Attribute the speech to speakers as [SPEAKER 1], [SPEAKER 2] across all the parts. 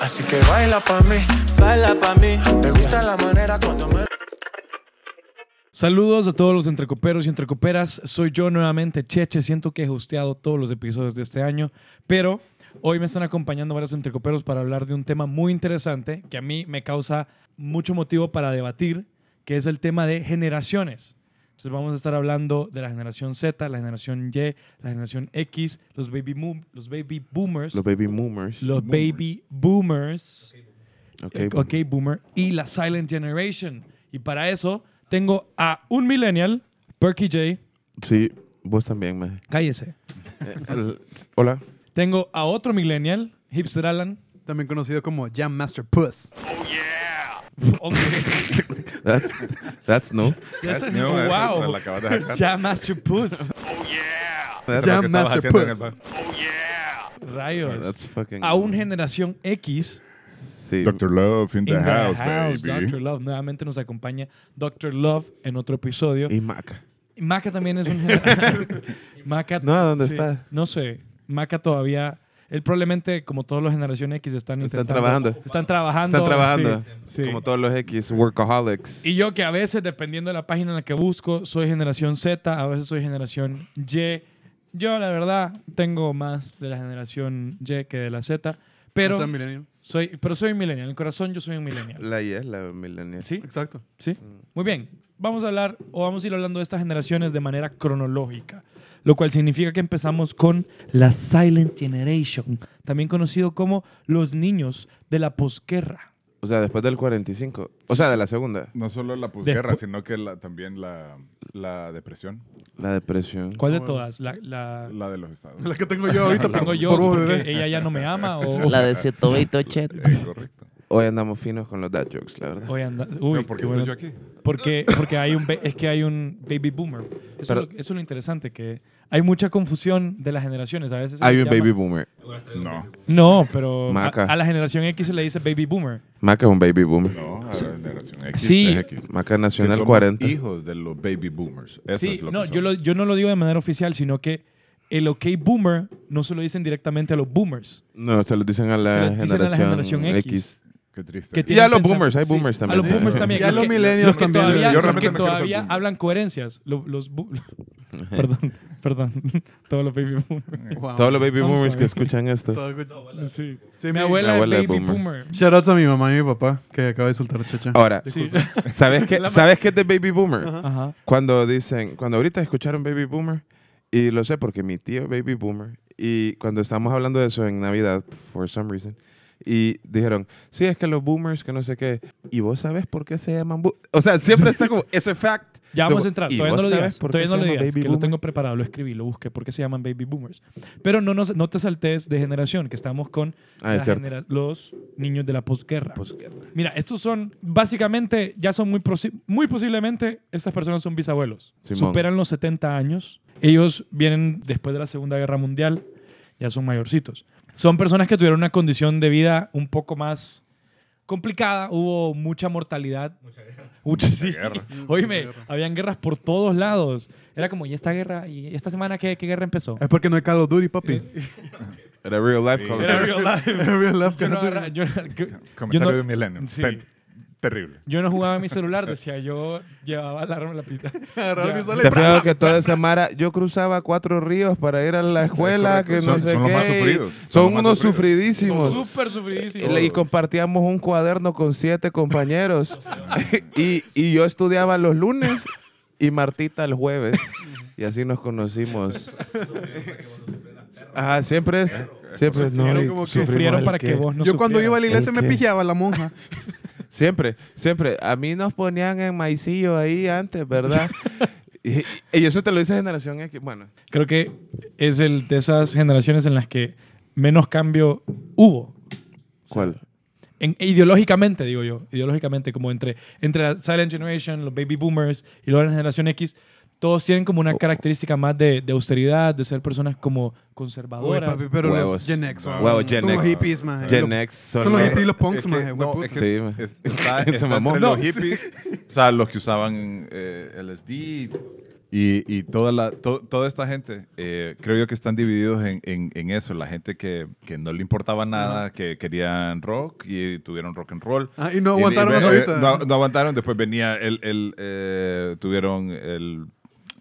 [SPEAKER 1] Así que baila pa' mí, baila pa' mí. Me gusta la manera cuando me...
[SPEAKER 2] Saludos a todos los entrecoperos y entrecoperas. Soy yo nuevamente, Cheche. Siento que he hosteado todos los episodios de este año, pero hoy me están acompañando varios entrecoperos para hablar de un tema muy interesante que a mí me causa mucho motivo para debatir, que es el tema de generaciones. Entonces vamos a estar hablando de la generación Z, la generación Y, la generación X, los baby, boom- los baby boomers,
[SPEAKER 3] Los
[SPEAKER 2] los,
[SPEAKER 3] baby boomers.
[SPEAKER 2] baby boomers
[SPEAKER 3] Ok,
[SPEAKER 2] eh, Ok,
[SPEAKER 3] boom.
[SPEAKER 2] Boomer. Y la Silent Generation. Y para eso tengo a un millennial, Perky J.
[SPEAKER 3] Sí, vos también, maje.
[SPEAKER 2] Cállese.
[SPEAKER 3] Eh, el- Hola.
[SPEAKER 2] Tengo a otro millennial, Hipster Alan.
[SPEAKER 4] También conocido como Jam Master Puss.
[SPEAKER 2] Ok.
[SPEAKER 3] That's, that's no.
[SPEAKER 2] That's-
[SPEAKER 5] No, esa
[SPEAKER 2] wow.
[SPEAKER 5] la acabas de sacar.
[SPEAKER 2] Ya Master Puss.
[SPEAKER 4] Jam
[SPEAKER 5] Era lo que estabas
[SPEAKER 4] Master
[SPEAKER 5] haciendo en el
[SPEAKER 4] Puss.
[SPEAKER 5] bar.
[SPEAKER 2] Rayos.
[SPEAKER 3] That's fucking.
[SPEAKER 2] A un generación X.
[SPEAKER 3] Sí.
[SPEAKER 5] Dr. Love in the
[SPEAKER 2] in the
[SPEAKER 5] house,
[SPEAKER 2] house,
[SPEAKER 5] baby.
[SPEAKER 2] Dr. Love. Nuevamente nos acompaña Dr. Love en otro episodio.
[SPEAKER 3] Y Maca.
[SPEAKER 2] Y Maca también es un gener- Maca.
[SPEAKER 3] No, ¿dónde está?
[SPEAKER 2] No sé. Maca todavía. Él probablemente, como todos los Generación X, están
[SPEAKER 3] Están
[SPEAKER 2] intentando-
[SPEAKER 3] trabajando.
[SPEAKER 2] Están trabajando.
[SPEAKER 3] Están trabajando.
[SPEAKER 2] sí, sí.
[SPEAKER 3] Como todos los X, workaholics.
[SPEAKER 2] Y yo que a veces, dependiendo de la página en la que busco, soy generación Z, a veces soy generación Y. Yo, la verdad, tengo más de la generación Y que de la Z. Pero,
[SPEAKER 4] O sea, millennial.
[SPEAKER 2] soy, pero soy un millennial. En el corazón yo soy un millennial.
[SPEAKER 3] La Y es la millennial.
[SPEAKER 2] ¿Sí?
[SPEAKER 4] Exacto.
[SPEAKER 2] ¿Sí?
[SPEAKER 5] Mm.
[SPEAKER 2] Muy bien. Vamos a hablar o vamos a ir hablando de estas generaciones de manera cronológica, lo cual significa que empezamos con la Silent Generation, también conocido como los niños de la posguerra.
[SPEAKER 3] O sea, después del 45. O sea, de la segunda.
[SPEAKER 5] No solo la posguerra,
[SPEAKER 2] Despu-
[SPEAKER 5] sino que la- también la, la depresión,
[SPEAKER 3] La depresión.
[SPEAKER 2] ¿Cuál de todas? La, la-
[SPEAKER 5] la de los estados.
[SPEAKER 4] La que tengo yo ahorita.
[SPEAKER 2] la tengo
[SPEAKER 4] por-
[SPEAKER 2] yo
[SPEAKER 4] por vos,
[SPEAKER 2] porque
[SPEAKER 4] bebé.
[SPEAKER 2] ella ya no me ama o
[SPEAKER 6] La de 120 chet.
[SPEAKER 5] Eh, correcto.
[SPEAKER 3] Hoy andamos finos con los dad jokes, la verdad.
[SPEAKER 2] Hoy anda- Uy,
[SPEAKER 5] No, ¿Por qué
[SPEAKER 2] qué bueno.
[SPEAKER 5] estoy yo aquí?
[SPEAKER 2] Porque, porque hay un, ba- es que hay un baby boomer. Eso,
[SPEAKER 3] Pero-
[SPEAKER 2] es lo, eso es lo interesante, que hay mucha confusión de las generaciones. A veces se
[SPEAKER 3] Hay
[SPEAKER 2] les
[SPEAKER 3] un
[SPEAKER 2] llama-
[SPEAKER 3] baby boomer.
[SPEAKER 5] No,
[SPEAKER 2] No, pero a,
[SPEAKER 3] Maca.
[SPEAKER 2] a la generación X se le dice baby boomer.
[SPEAKER 3] Maca es un baby boomer.
[SPEAKER 5] no, a la generación X.
[SPEAKER 2] Sí.
[SPEAKER 5] es X.
[SPEAKER 3] Maca
[SPEAKER 5] Que
[SPEAKER 3] Nacional
[SPEAKER 5] somos
[SPEAKER 3] 40.
[SPEAKER 5] hijos de los baby boomers. Eso
[SPEAKER 2] sí,
[SPEAKER 5] es lo que
[SPEAKER 2] no, yo,
[SPEAKER 5] somos.
[SPEAKER 2] lo- yo no lo digo de manera oficial, sino que el OK Boomer no se lo dicen directamente a los boomers.
[SPEAKER 3] No, se lo dicen a la,
[SPEAKER 2] se lo
[SPEAKER 3] generación,
[SPEAKER 2] dicen a la generación X.
[SPEAKER 5] Qué triste.
[SPEAKER 2] que
[SPEAKER 3] Y a
[SPEAKER 2] tienen
[SPEAKER 3] los
[SPEAKER 2] pensan-
[SPEAKER 3] boomers, hay
[SPEAKER 2] sí,
[SPEAKER 3] boomers también. ¿eh?
[SPEAKER 2] A los boomers también.
[SPEAKER 4] Y a
[SPEAKER 2] los
[SPEAKER 4] los
[SPEAKER 2] que-
[SPEAKER 4] millennials
[SPEAKER 2] los que
[SPEAKER 4] también.
[SPEAKER 2] Todavía,
[SPEAKER 5] Yo
[SPEAKER 2] los
[SPEAKER 5] realmente
[SPEAKER 2] que
[SPEAKER 5] no quiero ser
[SPEAKER 2] todavía
[SPEAKER 5] boomer.
[SPEAKER 2] hablan coherencias. Lo- Los, bu- perdón, perdón. Todos los baby boomers.
[SPEAKER 4] Wow.
[SPEAKER 3] Todos los baby
[SPEAKER 2] I'm
[SPEAKER 3] boomers
[SPEAKER 2] sorry.
[SPEAKER 3] que escuchan esto.
[SPEAKER 4] Todo good.
[SPEAKER 2] Sí.
[SPEAKER 4] Sí,
[SPEAKER 2] Mi abuela,
[SPEAKER 3] abuela
[SPEAKER 2] es
[SPEAKER 3] es
[SPEAKER 2] baby
[SPEAKER 3] boomer.
[SPEAKER 2] boomer.
[SPEAKER 4] Shoutouts a mi mamá y mi papá que acaba de soltar checha.
[SPEAKER 5] Ah.
[SPEAKER 3] Ahora,
[SPEAKER 2] Sí.
[SPEAKER 3] ¿sabes qué, ¿sabes qué es de baby boomer?
[SPEAKER 2] Ajá.
[SPEAKER 3] Cuando dicen, cuando ahorita escucharon Baby Boomer, y lo sé porque mi tío es Baby Boomer, y cuando estábamos hablando de eso en Navidad, for some reason, y dijeron, sí, es que los boomers, que no sé qué, y vos sabes por qué se llaman boomers. O sea, siempre está como ese fact.
[SPEAKER 2] Ya vamos a
[SPEAKER 3] Como,
[SPEAKER 2] entrar.
[SPEAKER 3] ¿y
[SPEAKER 2] Todavía no
[SPEAKER 3] vos
[SPEAKER 2] lo
[SPEAKER 3] sabes
[SPEAKER 2] digas.
[SPEAKER 3] por qué
[SPEAKER 2] Todavía no
[SPEAKER 3] se
[SPEAKER 2] lo
[SPEAKER 3] llama
[SPEAKER 2] digas. Que
[SPEAKER 3] baby
[SPEAKER 2] lo
[SPEAKER 3] boomer?
[SPEAKER 2] tengo preparado, lo escribí, lo busqué. ¿Por qué se llaman baby boomers? Pero no, nos- no te saltes de generación, que estamos con
[SPEAKER 3] Ah,
[SPEAKER 2] la
[SPEAKER 3] es cierto. Pues,
[SPEAKER 2] genera- los niños de la posguerra.
[SPEAKER 3] Posguerra.
[SPEAKER 2] Mira, estos son, básicamente, ya son muy, posi- muy posiblemente, estas personas son bisabuelos.
[SPEAKER 3] Simón.
[SPEAKER 2] Superan los 70 años. Ellos vienen después de la Segunda Guerra Mundial, ya son mayorcitos. Son personas que tuvieron una condición de vida un poco más complicada. Hubo mucha mortalidad. Mucha guerra.
[SPEAKER 5] guerra.
[SPEAKER 2] Oíme, habían guerras por todos lados. Era como, ¿y esta guerra? ¿Y esta semana qué, qué guerra empezó?
[SPEAKER 4] Es porque no hay Call of Duty, papi.
[SPEAKER 3] Era real life. call.
[SPEAKER 2] Era real life.
[SPEAKER 4] Era real life
[SPEAKER 2] Yo
[SPEAKER 4] Call
[SPEAKER 2] no
[SPEAKER 4] of Duty.
[SPEAKER 2] agarra- yo no-
[SPEAKER 5] Comentario
[SPEAKER 2] yo no-
[SPEAKER 5] de Milenio.
[SPEAKER 2] Sí.
[SPEAKER 5] Ten- terrible.
[SPEAKER 2] Yo no jugaba en mi celular, decía yo, llevaba el arma en la pista.
[SPEAKER 4] Agarrar
[SPEAKER 2] Ya.
[SPEAKER 4] mi
[SPEAKER 3] Te
[SPEAKER 4] sale.
[SPEAKER 3] fijas que toda esa mara, yo cruzaba cuatro ríos para ir a la escuela, que
[SPEAKER 5] correcto.
[SPEAKER 3] no
[SPEAKER 5] Son-
[SPEAKER 3] sé
[SPEAKER 5] son los
[SPEAKER 3] qué,
[SPEAKER 5] más
[SPEAKER 3] y
[SPEAKER 5] sufridos.
[SPEAKER 3] Son,
[SPEAKER 5] Son los más
[SPEAKER 3] unos
[SPEAKER 5] sufridos.
[SPEAKER 3] sufridísimos.
[SPEAKER 2] Súper sufridísimo.
[SPEAKER 3] Y compartíamos un cuaderno con siete compañeros. y, y yo estudiaba los lunes y Martita el jueves. Y así nos conocimos. Ajá, siempre es. Siempre es. No,
[SPEAKER 4] Sufrieron
[SPEAKER 3] y
[SPEAKER 4] como que-
[SPEAKER 3] sufrimos
[SPEAKER 2] Sufrieron
[SPEAKER 3] el
[SPEAKER 2] para que
[SPEAKER 3] qué.
[SPEAKER 2] vos no
[SPEAKER 4] Yo cuando iba a
[SPEAKER 2] sufrieras.
[SPEAKER 4] la iglesia
[SPEAKER 3] ¿El
[SPEAKER 4] me
[SPEAKER 3] qué?
[SPEAKER 4] pijaba la monja.
[SPEAKER 3] Siempre, siempre. A mí nos ponían en maicillo ahí antes, ¿verdad? y, y eso te lo dice Generación X. Bueno,
[SPEAKER 2] Creo que es el de esas generaciones en las que menos cambio hubo.
[SPEAKER 3] ¿cuál?
[SPEAKER 2] En- ideológicamente, digo yo. Ideológicamente, como entre, entre la Silent Generation, los Baby Boomers y luego la Generación X, todos tienen como una característica más de, de austeridad, de ser personas como
[SPEAKER 4] Uy,
[SPEAKER 2] conservadoras.
[SPEAKER 4] papi, pero
[SPEAKER 3] Huevos.
[SPEAKER 4] los Gen X. son-
[SPEAKER 3] Huevos, Gen
[SPEAKER 4] son los
[SPEAKER 3] X.
[SPEAKER 4] hippies, man.
[SPEAKER 3] Gen X Ah, son
[SPEAKER 4] son los
[SPEAKER 3] los-
[SPEAKER 4] hippies y los punks,
[SPEAKER 5] Es que-
[SPEAKER 4] man.
[SPEAKER 5] no,
[SPEAKER 4] huevos.
[SPEAKER 5] es que
[SPEAKER 3] Sí, man.
[SPEAKER 5] es- está-
[SPEAKER 3] Se
[SPEAKER 5] está
[SPEAKER 3] mamó.
[SPEAKER 5] entre
[SPEAKER 3] No.
[SPEAKER 5] los hippies, o sea, los que usaban eh, LSD, Y, y toda, la, to- toda esta gente, eh, creo yo que están divididos en, en- en eso. La gente que, que no le importaba nada, que querían rock y tuvieron rock and roll.
[SPEAKER 4] Ah, y no
[SPEAKER 5] Y- y
[SPEAKER 4] aguantaron
[SPEAKER 5] ve-
[SPEAKER 4] hasta
[SPEAKER 5] eh,
[SPEAKER 4] ahorita.
[SPEAKER 5] No, no aguantaron. Después venía el... el, eh, tuvieron el...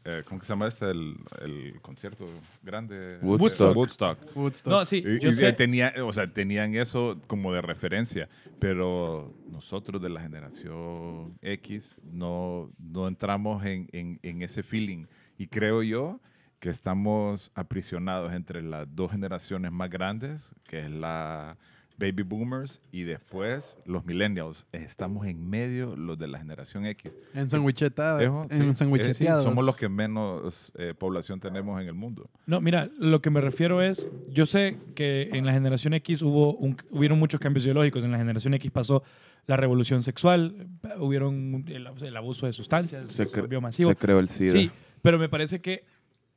[SPEAKER 5] eh, ¿Cómo que se llama este? El, el concierto grande.
[SPEAKER 3] Woodstock.
[SPEAKER 5] Woodstock.
[SPEAKER 4] Woodstock.
[SPEAKER 2] No, sí,
[SPEAKER 5] Y,
[SPEAKER 2] yo
[SPEAKER 5] y
[SPEAKER 2] sé.
[SPEAKER 5] tenía, o sea, tenían eso como de referencia, pero nosotros de la generación X no, no entramos en, en- en ese feeling. Y creo yo que estamos aprisionados entre las dos generaciones más grandes, que es la baby boomers y después los millennials. Estamos en medio los de la generación X.
[SPEAKER 4] En sandwichetada.
[SPEAKER 5] Ejo, sí,
[SPEAKER 4] En
[SPEAKER 5] es decir,
[SPEAKER 4] sandwicheteados.
[SPEAKER 5] somos los que menos eh, población tenemos en el mundo.
[SPEAKER 2] No, mira, lo que me refiero es, yo sé que en la generación X hubo un- hubieron muchos cambios ideológicos. En la generación X pasó la revolución sexual, hubieron el, el abuso de sustancias, se,
[SPEAKER 3] Se, cre-
[SPEAKER 2] volvió masivo.
[SPEAKER 3] se creó el SIDA.
[SPEAKER 2] sí, pero me parece que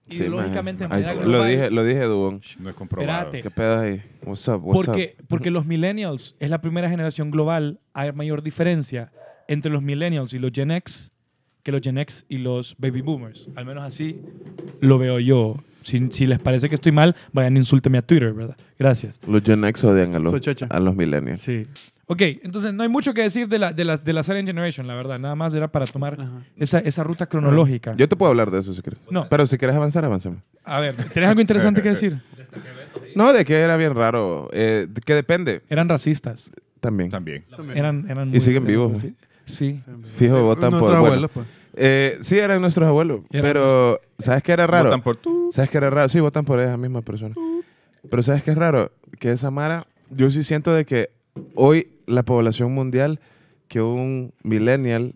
[SPEAKER 3] Sí,
[SPEAKER 2] ideológicamente de
[SPEAKER 3] man. Ay,
[SPEAKER 2] manera
[SPEAKER 3] Lo
[SPEAKER 2] global,
[SPEAKER 3] dije, lo dije, Dubón.
[SPEAKER 5] No es comprobado.
[SPEAKER 2] Espérate.
[SPEAKER 3] ¿Qué pedo ahí? What's up, what's
[SPEAKER 2] porque,
[SPEAKER 3] up?
[SPEAKER 2] porque los millennials es la primera generación global, hay mayor diferencia entre los millennials y los Gen X que los Gen X y los baby boomers. Al menos así lo veo yo. Si, si les parece que estoy mal, vayan, insúlteme a Twitter, ¿verdad? Gracias.
[SPEAKER 3] Los Gen X odian a los,
[SPEAKER 4] Soy checha.
[SPEAKER 3] a los millennials.
[SPEAKER 2] Sí. Ok, entonces no hay mucho que decir de la, de la, de la Silent Generation, la verdad. Nada más era para tomar
[SPEAKER 4] Ajá.
[SPEAKER 2] esa, esa ruta cronológica.
[SPEAKER 3] Yo te puedo hablar de eso si quieres.
[SPEAKER 2] No.
[SPEAKER 3] Pero si quieres avanzar, avanzamos.
[SPEAKER 2] A ver, ¿tenés algo interesante que decir?
[SPEAKER 3] No, de que era bien raro. Eh, de que depende
[SPEAKER 2] Eran racistas.
[SPEAKER 3] también.
[SPEAKER 5] También.
[SPEAKER 2] Eran, eran
[SPEAKER 3] Y
[SPEAKER 2] muy-
[SPEAKER 3] siguen vivos.
[SPEAKER 2] Sí. sí.
[SPEAKER 3] Fijo, votan por.
[SPEAKER 4] Nuestros
[SPEAKER 3] bueno.
[SPEAKER 4] abuelos, pues.
[SPEAKER 3] Eh, sí, eran nuestros abuelos.
[SPEAKER 2] Eran
[SPEAKER 3] pero, ¿sabes qué era raro?
[SPEAKER 5] Votan por tú.
[SPEAKER 3] ¿Sabes qué era raro? Sí, votan por esa misma persona. Pero ¿sabes qué es raro? Que esa Mara, yo sí siento de que hoy la población mundial que un millennial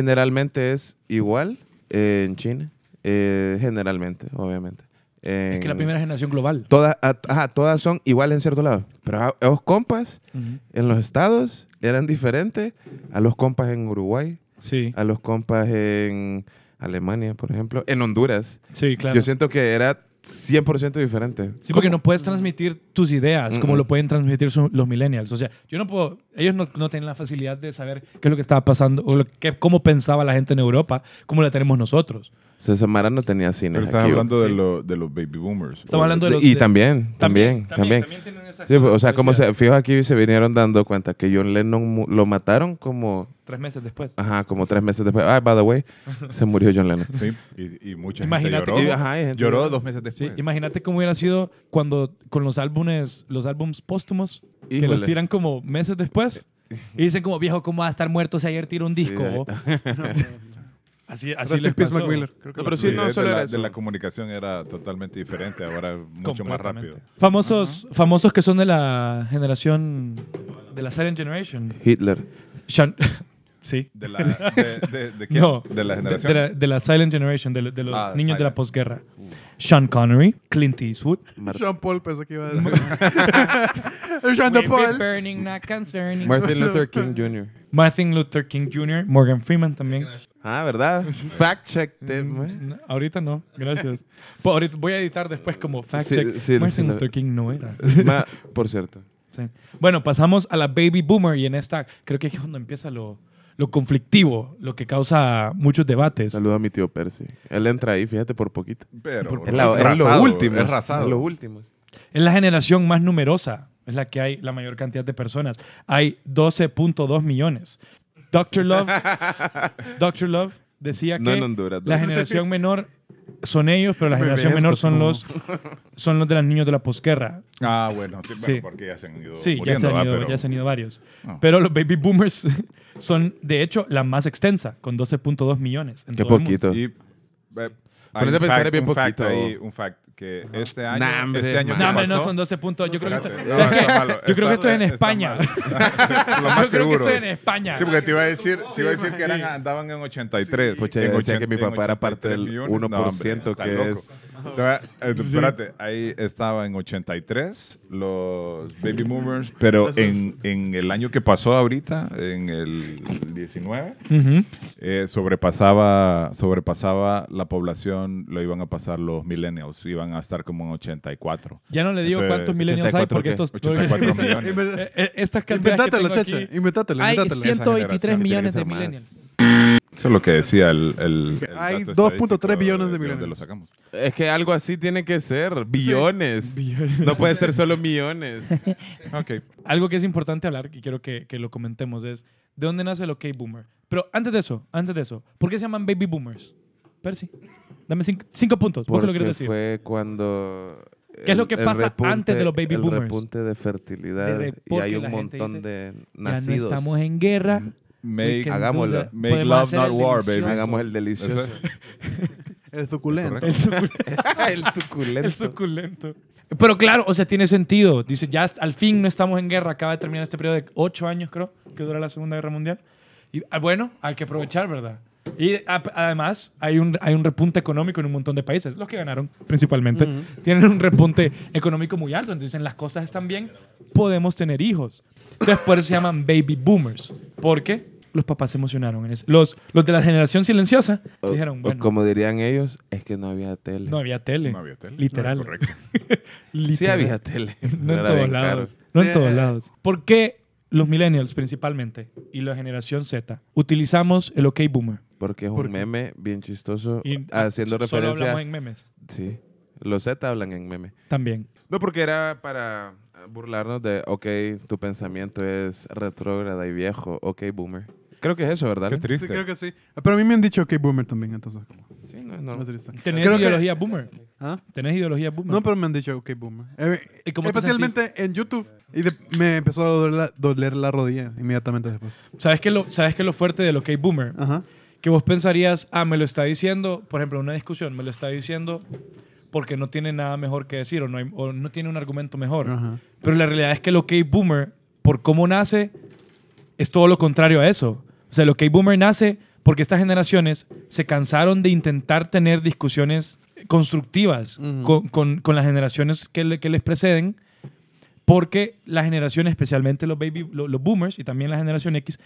[SPEAKER 3] generalmente es igual eh, en China. Eh, generalmente, obviamente.
[SPEAKER 2] Es que la
[SPEAKER 3] En-
[SPEAKER 2] primera generación global.
[SPEAKER 3] Todas, a- ajá, todas son iguales en cierto lado. Pero a, a los compas
[SPEAKER 2] Ujú.
[SPEAKER 3] en los estados eran diferentes a los compas en Uruguay,
[SPEAKER 2] Sí,
[SPEAKER 3] a los compas en Alemania, por ejemplo, en Honduras.
[SPEAKER 2] sí, claro.
[SPEAKER 3] Yo siento que era 100% diferente.
[SPEAKER 2] Sí, porque no puedes transmitir tus ideas como
[SPEAKER 3] Mm-mm.
[SPEAKER 2] lo pueden transmitir su- los millennials. O sea, yo no puedo, ellos no, no tienen la facilidad de saber qué es lo que estaba pasando o lo que- cómo pensaba la gente en Europa, como la tenemos nosotros.
[SPEAKER 3] O sea, Samara no tenía cine.
[SPEAKER 5] Pero estás hablando de,
[SPEAKER 2] Sí.
[SPEAKER 5] lo- de los baby boomers.
[SPEAKER 2] Estamos hablando de los...
[SPEAKER 3] Y
[SPEAKER 2] de-
[SPEAKER 3] también, también, también.
[SPEAKER 2] tienen esa
[SPEAKER 3] Sí, pues, o sea, como se,
[SPEAKER 2] curiosidad.
[SPEAKER 3] fijo aquí se vinieron dando cuenta que John Lennon mu- lo mataron como,
[SPEAKER 2] Tres meses después.
[SPEAKER 3] ajá, como tres meses después. Ah, by the way, se murió John Lennon.
[SPEAKER 5] Sí, y, y mucha
[SPEAKER 2] Imagínate-
[SPEAKER 5] gente lloró.
[SPEAKER 3] Y, ajá, hay gente-
[SPEAKER 5] Lloró dos meses
[SPEAKER 2] Sí,
[SPEAKER 5] después.
[SPEAKER 3] pues.
[SPEAKER 2] imagínate cómo hubiera sido cuando con los álbumes, los álbums póstumos, que los
[SPEAKER 3] Híjole.
[SPEAKER 2] tiran como meses después y dicen como, viejo, ¿cómo va a estar muerto si ayer tiró un
[SPEAKER 3] Sí,
[SPEAKER 2] disco?
[SPEAKER 3] ahí-
[SPEAKER 2] o?" así así
[SPEAKER 4] Rest in
[SPEAKER 2] les
[SPEAKER 4] peace,
[SPEAKER 2] pasó.
[SPEAKER 4] McMiller.
[SPEAKER 5] Creo
[SPEAKER 3] No,
[SPEAKER 5] la
[SPEAKER 3] pero sí, no,
[SPEAKER 5] fluidez
[SPEAKER 3] solo
[SPEAKER 5] de,
[SPEAKER 3] era
[SPEAKER 5] la,
[SPEAKER 3] eso.
[SPEAKER 5] de la comunicación era totalmente diferente. Ahora es mucho más rápido.
[SPEAKER 2] Completamente. Famosos, famosos que son de la generación de la Silent Generation.
[SPEAKER 3] Hitler.
[SPEAKER 2] Shan- sí.
[SPEAKER 5] ¿De la, de, de- de quién?
[SPEAKER 2] No.
[SPEAKER 5] ¿De la generación?
[SPEAKER 2] De, la, de la Silent Generation, de, lo- de los
[SPEAKER 5] Ah,
[SPEAKER 2] niños de la
[SPEAKER 5] Silent. Uh.
[SPEAKER 2] posguerra. Sean Connery, Clint Eastwood.
[SPEAKER 3] Mar-
[SPEAKER 4] Sean Paul pensé que iba a decir. Sean de Paul.
[SPEAKER 3] Martin Luther King Jr.
[SPEAKER 2] Martin Luther King Jr., Morgan Freeman también.
[SPEAKER 3] Ah, ¿verdad? Fact check. te- ¿eh? man.
[SPEAKER 2] No, ahorita no, gracias. Po- ahorita voy a editar después como fact
[SPEAKER 3] Sí,
[SPEAKER 2] check.
[SPEAKER 3] sí, sí,
[SPEAKER 2] Martin
[SPEAKER 3] la-
[SPEAKER 2] Luther King no era.
[SPEAKER 3] Ma- por cierto.
[SPEAKER 2] Sí. Bueno, pasamos a la baby boomer y en esta creo que es cuando empieza lo, lo conflictivo, lo que causa muchos debates.
[SPEAKER 3] Saludo a mi tío Percy. Él entra ahí, fíjate, por poquito.
[SPEAKER 5] Pero,
[SPEAKER 3] Es, la- es
[SPEAKER 5] rasado,
[SPEAKER 3] los últimos.
[SPEAKER 5] Es rasado.
[SPEAKER 3] Es los últimos.
[SPEAKER 2] Es la generación más numerosa, es la que hay la mayor cantidad de personas. Hay 12.2 millones. Dr. Love, Dr. Love decía que
[SPEAKER 3] No pues, en Honduras.
[SPEAKER 2] la generación menor son ellos, pero la
[SPEAKER 4] Me
[SPEAKER 2] generación menor
[SPEAKER 4] envejezco,
[SPEAKER 2] son
[SPEAKER 4] no.
[SPEAKER 2] los, son los de los niños de la posguerra.
[SPEAKER 5] Ah, bueno. Sí, bueno,
[SPEAKER 2] Sí.
[SPEAKER 5] porque ya se han ido
[SPEAKER 2] Sí, ya se,
[SPEAKER 5] muriendo.
[SPEAKER 2] han
[SPEAKER 5] ah,
[SPEAKER 2] ido,
[SPEAKER 5] pero-
[SPEAKER 2] ya se han ido varios.
[SPEAKER 5] Ah.
[SPEAKER 2] Pero los baby boomers son, de hecho, la más extensa, con 12.2 millones. en
[SPEAKER 3] Qué
[SPEAKER 2] todo el mundo.
[SPEAKER 3] poquito.
[SPEAKER 5] Y, eh,
[SPEAKER 3] a
[SPEAKER 5] hay un
[SPEAKER 3] pensar,
[SPEAKER 5] fact-
[SPEAKER 3] es bien
[SPEAKER 5] un fact
[SPEAKER 3] poquito.
[SPEAKER 5] ahí, un fact que este año,
[SPEAKER 3] Nah, hombre,
[SPEAKER 5] este año
[SPEAKER 3] man.
[SPEAKER 5] que
[SPEAKER 2] No, hombre, no
[SPEAKER 5] pasó-
[SPEAKER 2] son 12 puntos. Yo creo que esto,
[SPEAKER 5] Espérate,
[SPEAKER 2] ¿sabes
[SPEAKER 5] no,
[SPEAKER 2] qué?
[SPEAKER 5] está malo,
[SPEAKER 2] Yo creo que
[SPEAKER 5] está-
[SPEAKER 2] esto es en
[SPEAKER 5] está
[SPEAKER 2] España.
[SPEAKER 5] mal. Lo
[SPEAKER 2] Yo
[SPEAKER 5] más
[SPEAKER 2] creo que
[SPEAKER 5] seguro.
[SPEAKER 2] esto es en España.
[SPEAKER 5] Sí, porque te iba a decir, te iba a decir que eran,
[SPEAKER 2] Sí.
[SPEAKER 5] andaban en 83.
[SPEAKER 3] Pucha,
[SPEAKER 5] en
[SPEAKER 3] decía que mi
[SPEAKER 5] 80,
[SPEAKER 3] papá era parte del
[SPEAKER 5] 83 millones.
[SPEAKER 3] 1%
[SPEAKER 5] está
[SPEAKER 3] que
[SPEAKER 5] loco.
[SPEAKER 3] es-
[SPEAKER 5] Te va- eh, Espérate, ahí estaba en 83 los Baby Boomers, pero en, en el año que pasó ahorita, en el 19,
[SPEAKER 2] Ujú.
[SPEAKER 5] eh, sobrepasaba, sobrepasaba la población, lo iban a pasar los millennials, iban a estar como en 84.
[SPEAKER 2] Ya no le digo
[SPEAKER 5] Entonces,
[SPEAKER 2] cuántos millennials hay
[SPEAKER 3] 84
[SPEAKER 2] porque
[SPEAKER 3] qué?
[SPEAKER 2] estos...
[SPEAKER 5] 84 millones.
[SPEAKER 2] Eh, eh, Estas cantidades que
[SPEAKER 4] Inventatelo,
[SPEAKER 2] tengo
[SPEAKER 4] chacha.
[SPEAKER 2] aquí...
[SPEAKER 4] Inventatelo,
[SPEAKER 2] Hay
[SPEAKER 4] inventatelo.
[SPEAKER 5] generación.
[SPEAKER 2] 123 millones de
[SPEAKER 3] Tiene que ser
[SPEAKER 2] millennials.
[SPEAKER 5] Eso es lo que decía el. el- el
[SPEAKER 4] Hay
[SPEAKER 5] dato
[SPEAKER 4] 2.3
[SPEAKER 5] estadístico
[SPEAKER 4] billones de
[SPEAKER 5] de
[SPEAKER 4] millennials.
[SPEAKER 5] donde lo sacamos.
[SPEAKER 3] Es que algo así tiene que ser. Billones. No puede ser solo millones.
[SPEAKER 5] Ok.
[SPEAKER 2] Algo que es importante hablar y quiero que, que lo comentemos es de dónde nace el OK Boomer. Pero antes de eso, antes de eso, ¿por qué se llaman Baby Boomers? Percy, dame cinco, cinco puntos. ¿Por qué lo
[SPEAKER 3] Porque
[SPEAKER 2] quieres decir?
[SPEAKER 3] fue cuando...
[SPEAKER 2] ¿Qué es lo que pasa antes de los baby
[SPEAKER 3] el
[SPEAKER 2] boomers?
[SPEAKER 3] repunte de fertilidad
[SPEAKER 2] De re-
[SPEAKER 3] y
[SPEAKER 2] porque
[SPEAKER 3] hay
[SPEAKER 2] la
[SPEAKER 3] un
[SPEAKER 2] gente
[SPEAKER 3] montón
[SPEAKER 2] dice,
[SPEAKER 3] de
[SPEAKER 2] ya no
[SPEAKER 3] nacidos.
[SPEAKER 2] estamos en guerra.
[SPEAKER 5] Make,
[SPEAKER 3] que- hagámoslo.
[SPEAKER 2] Entonces,
[SPEAKER 5] Make
[SPEAKER 2] podemos
[SPEAKER 5] love,
[SPEAKER 2] hacer
[SPEAKER 5] not
[SPEAKER 2] el
[SPEAKER 5] war, baby.
[SPEAKER 2] delicioso.
[SPEAKER 3] Hagamos el
[SPEAKER 5] eso
[SPEAKER 3] delicioso.
[SPEAKER 5] es.
[SPEAKER 4] El suculento.
[SPEAKER 5] Correcto.
[SPEAKER 2] El suculento.
[SPEAKER 3] el suculento.
[SPEAKER 2] El suculento. Pero claro, o sea, tiene sentido. Dice, ya hasta- al fin no estamos en guerra. Acaba de terminar este periodo de ocho años, creo, que dura la Segunda Guerra Mundial. Y ah, bueno, hay que aprovechar, ¿verdad? Y a- además hay un, hay un repunte económico en un montón de países, los que ganaron principalmente, tienen un repunte económico muy alto. Entonces dicen, las cosas están bien, podemos tener hijos. Entonces por eso se llaman baby boomers, porque los papás se emocionaron. en ese- Los, los de la generación silenciosa
[SPEAKER 3] O-
[SPEAKER 2] dijeron,
[SPEAKER 3] o
[SPEAKER 2] bueno,
[SPEAKER 3] como dirían ellos, es que no había tele.
[SPEAKER 2] no había tele.
[SPEAKER 5] No había tele.
[SPEAKER 2] Literal.
[SPEAKER 5] Correcto.
[SPEAKER 3] sí
[SPEAKER 2] Literal.
[SPEAKER 3] había tele.
[SPEAKER 2] No en
[SPEAKER 3] era
[SPEAKER 2] todos
[SPEAKER 3] bien
[SPEAKER 2] lados.
[SPEAKER 3] caro.
[SPEAKER 2] No
[SPEAKER 4] Sí.
[SPEAKER 2] en todos lados. ¿Por qué los millennials principalmente y la generación Z utilizamos el OK Boomer?
[SPEAKER 3] Porque es un
[SPEAKER 4] ¿Por qué?
[SPEAKER 3] meme bien chistoso
[SPEAKER 2] Y
[SPEAKER 3] Ah, haciendo
[SPEAKER 2] so- Solo
[SPEAKER 3] referencia...
[SPEAKER 2] hablamos en memes
[SPEAKER 3] Sí. Los Z hablan en meme.
[SPEAKER 2] también.
[SPEAKER 3] No, porque era para ah, burlarnos de, ok, tu pensamiento es retrógrada y viejo, ok, boomer. Creo que es eso, ¿verdad?
[SPEAKER 5] Qué triste.
[SPEAKER 4] Sí, creo que sí. Pero a mí me han dicho que boomer también, entonces. como,
[SPEAKER 3] Sí, no,
[SPEAKER 4] no
[SPEAKER 3] no.
[SPEAKER 4] es triste.
[SPEAKER 2] ¿Tenés
[SPEAKER 4] Creo que-
[SPEAKER 2] ideología boomer?
[SPEAKER 4] ¿Ah?
[SPEAKER 2] ¿Tenés ideología boomer?
[SPEAKER 4] No, pero me han dicho ok boomer. Eh,
[SPEAKER 2] ¿Y cómo te
[SPEAKER 4] especialmente en YouTube. Y de- me empezó a doler la, doler la rodilla inmediatamente después.
[SPEAKER 2] ¿Sabes qué lo, sabes qué es lo fuerte del OK Boomer?
[SPEAKER 4] Ajá.
[SPEAKER 2] Que vos pensarías, ah, me lo está diciendo, por ejemplo, en una discusión, me lo está diciendo porque no tiene nada mejor que decir o no, hay- o no tiene un argumento mejor.
[SPEAKER 4] Ajá.
[SPEAKER 2] Pero la realidad es que el OK Boomer, por cómo nace, es todo lo contrario a eso. O sea, el OK Boomer nace porque estas generaciones se cansaron de intentar tener discusiones constructivas
[SPEAKER 4] Ujú.
[SPEAKER 2] con, con- con las generaciones que, le- que les preceden, porque la generación, especialmente los, baby, lo- los boomers y también la generación X,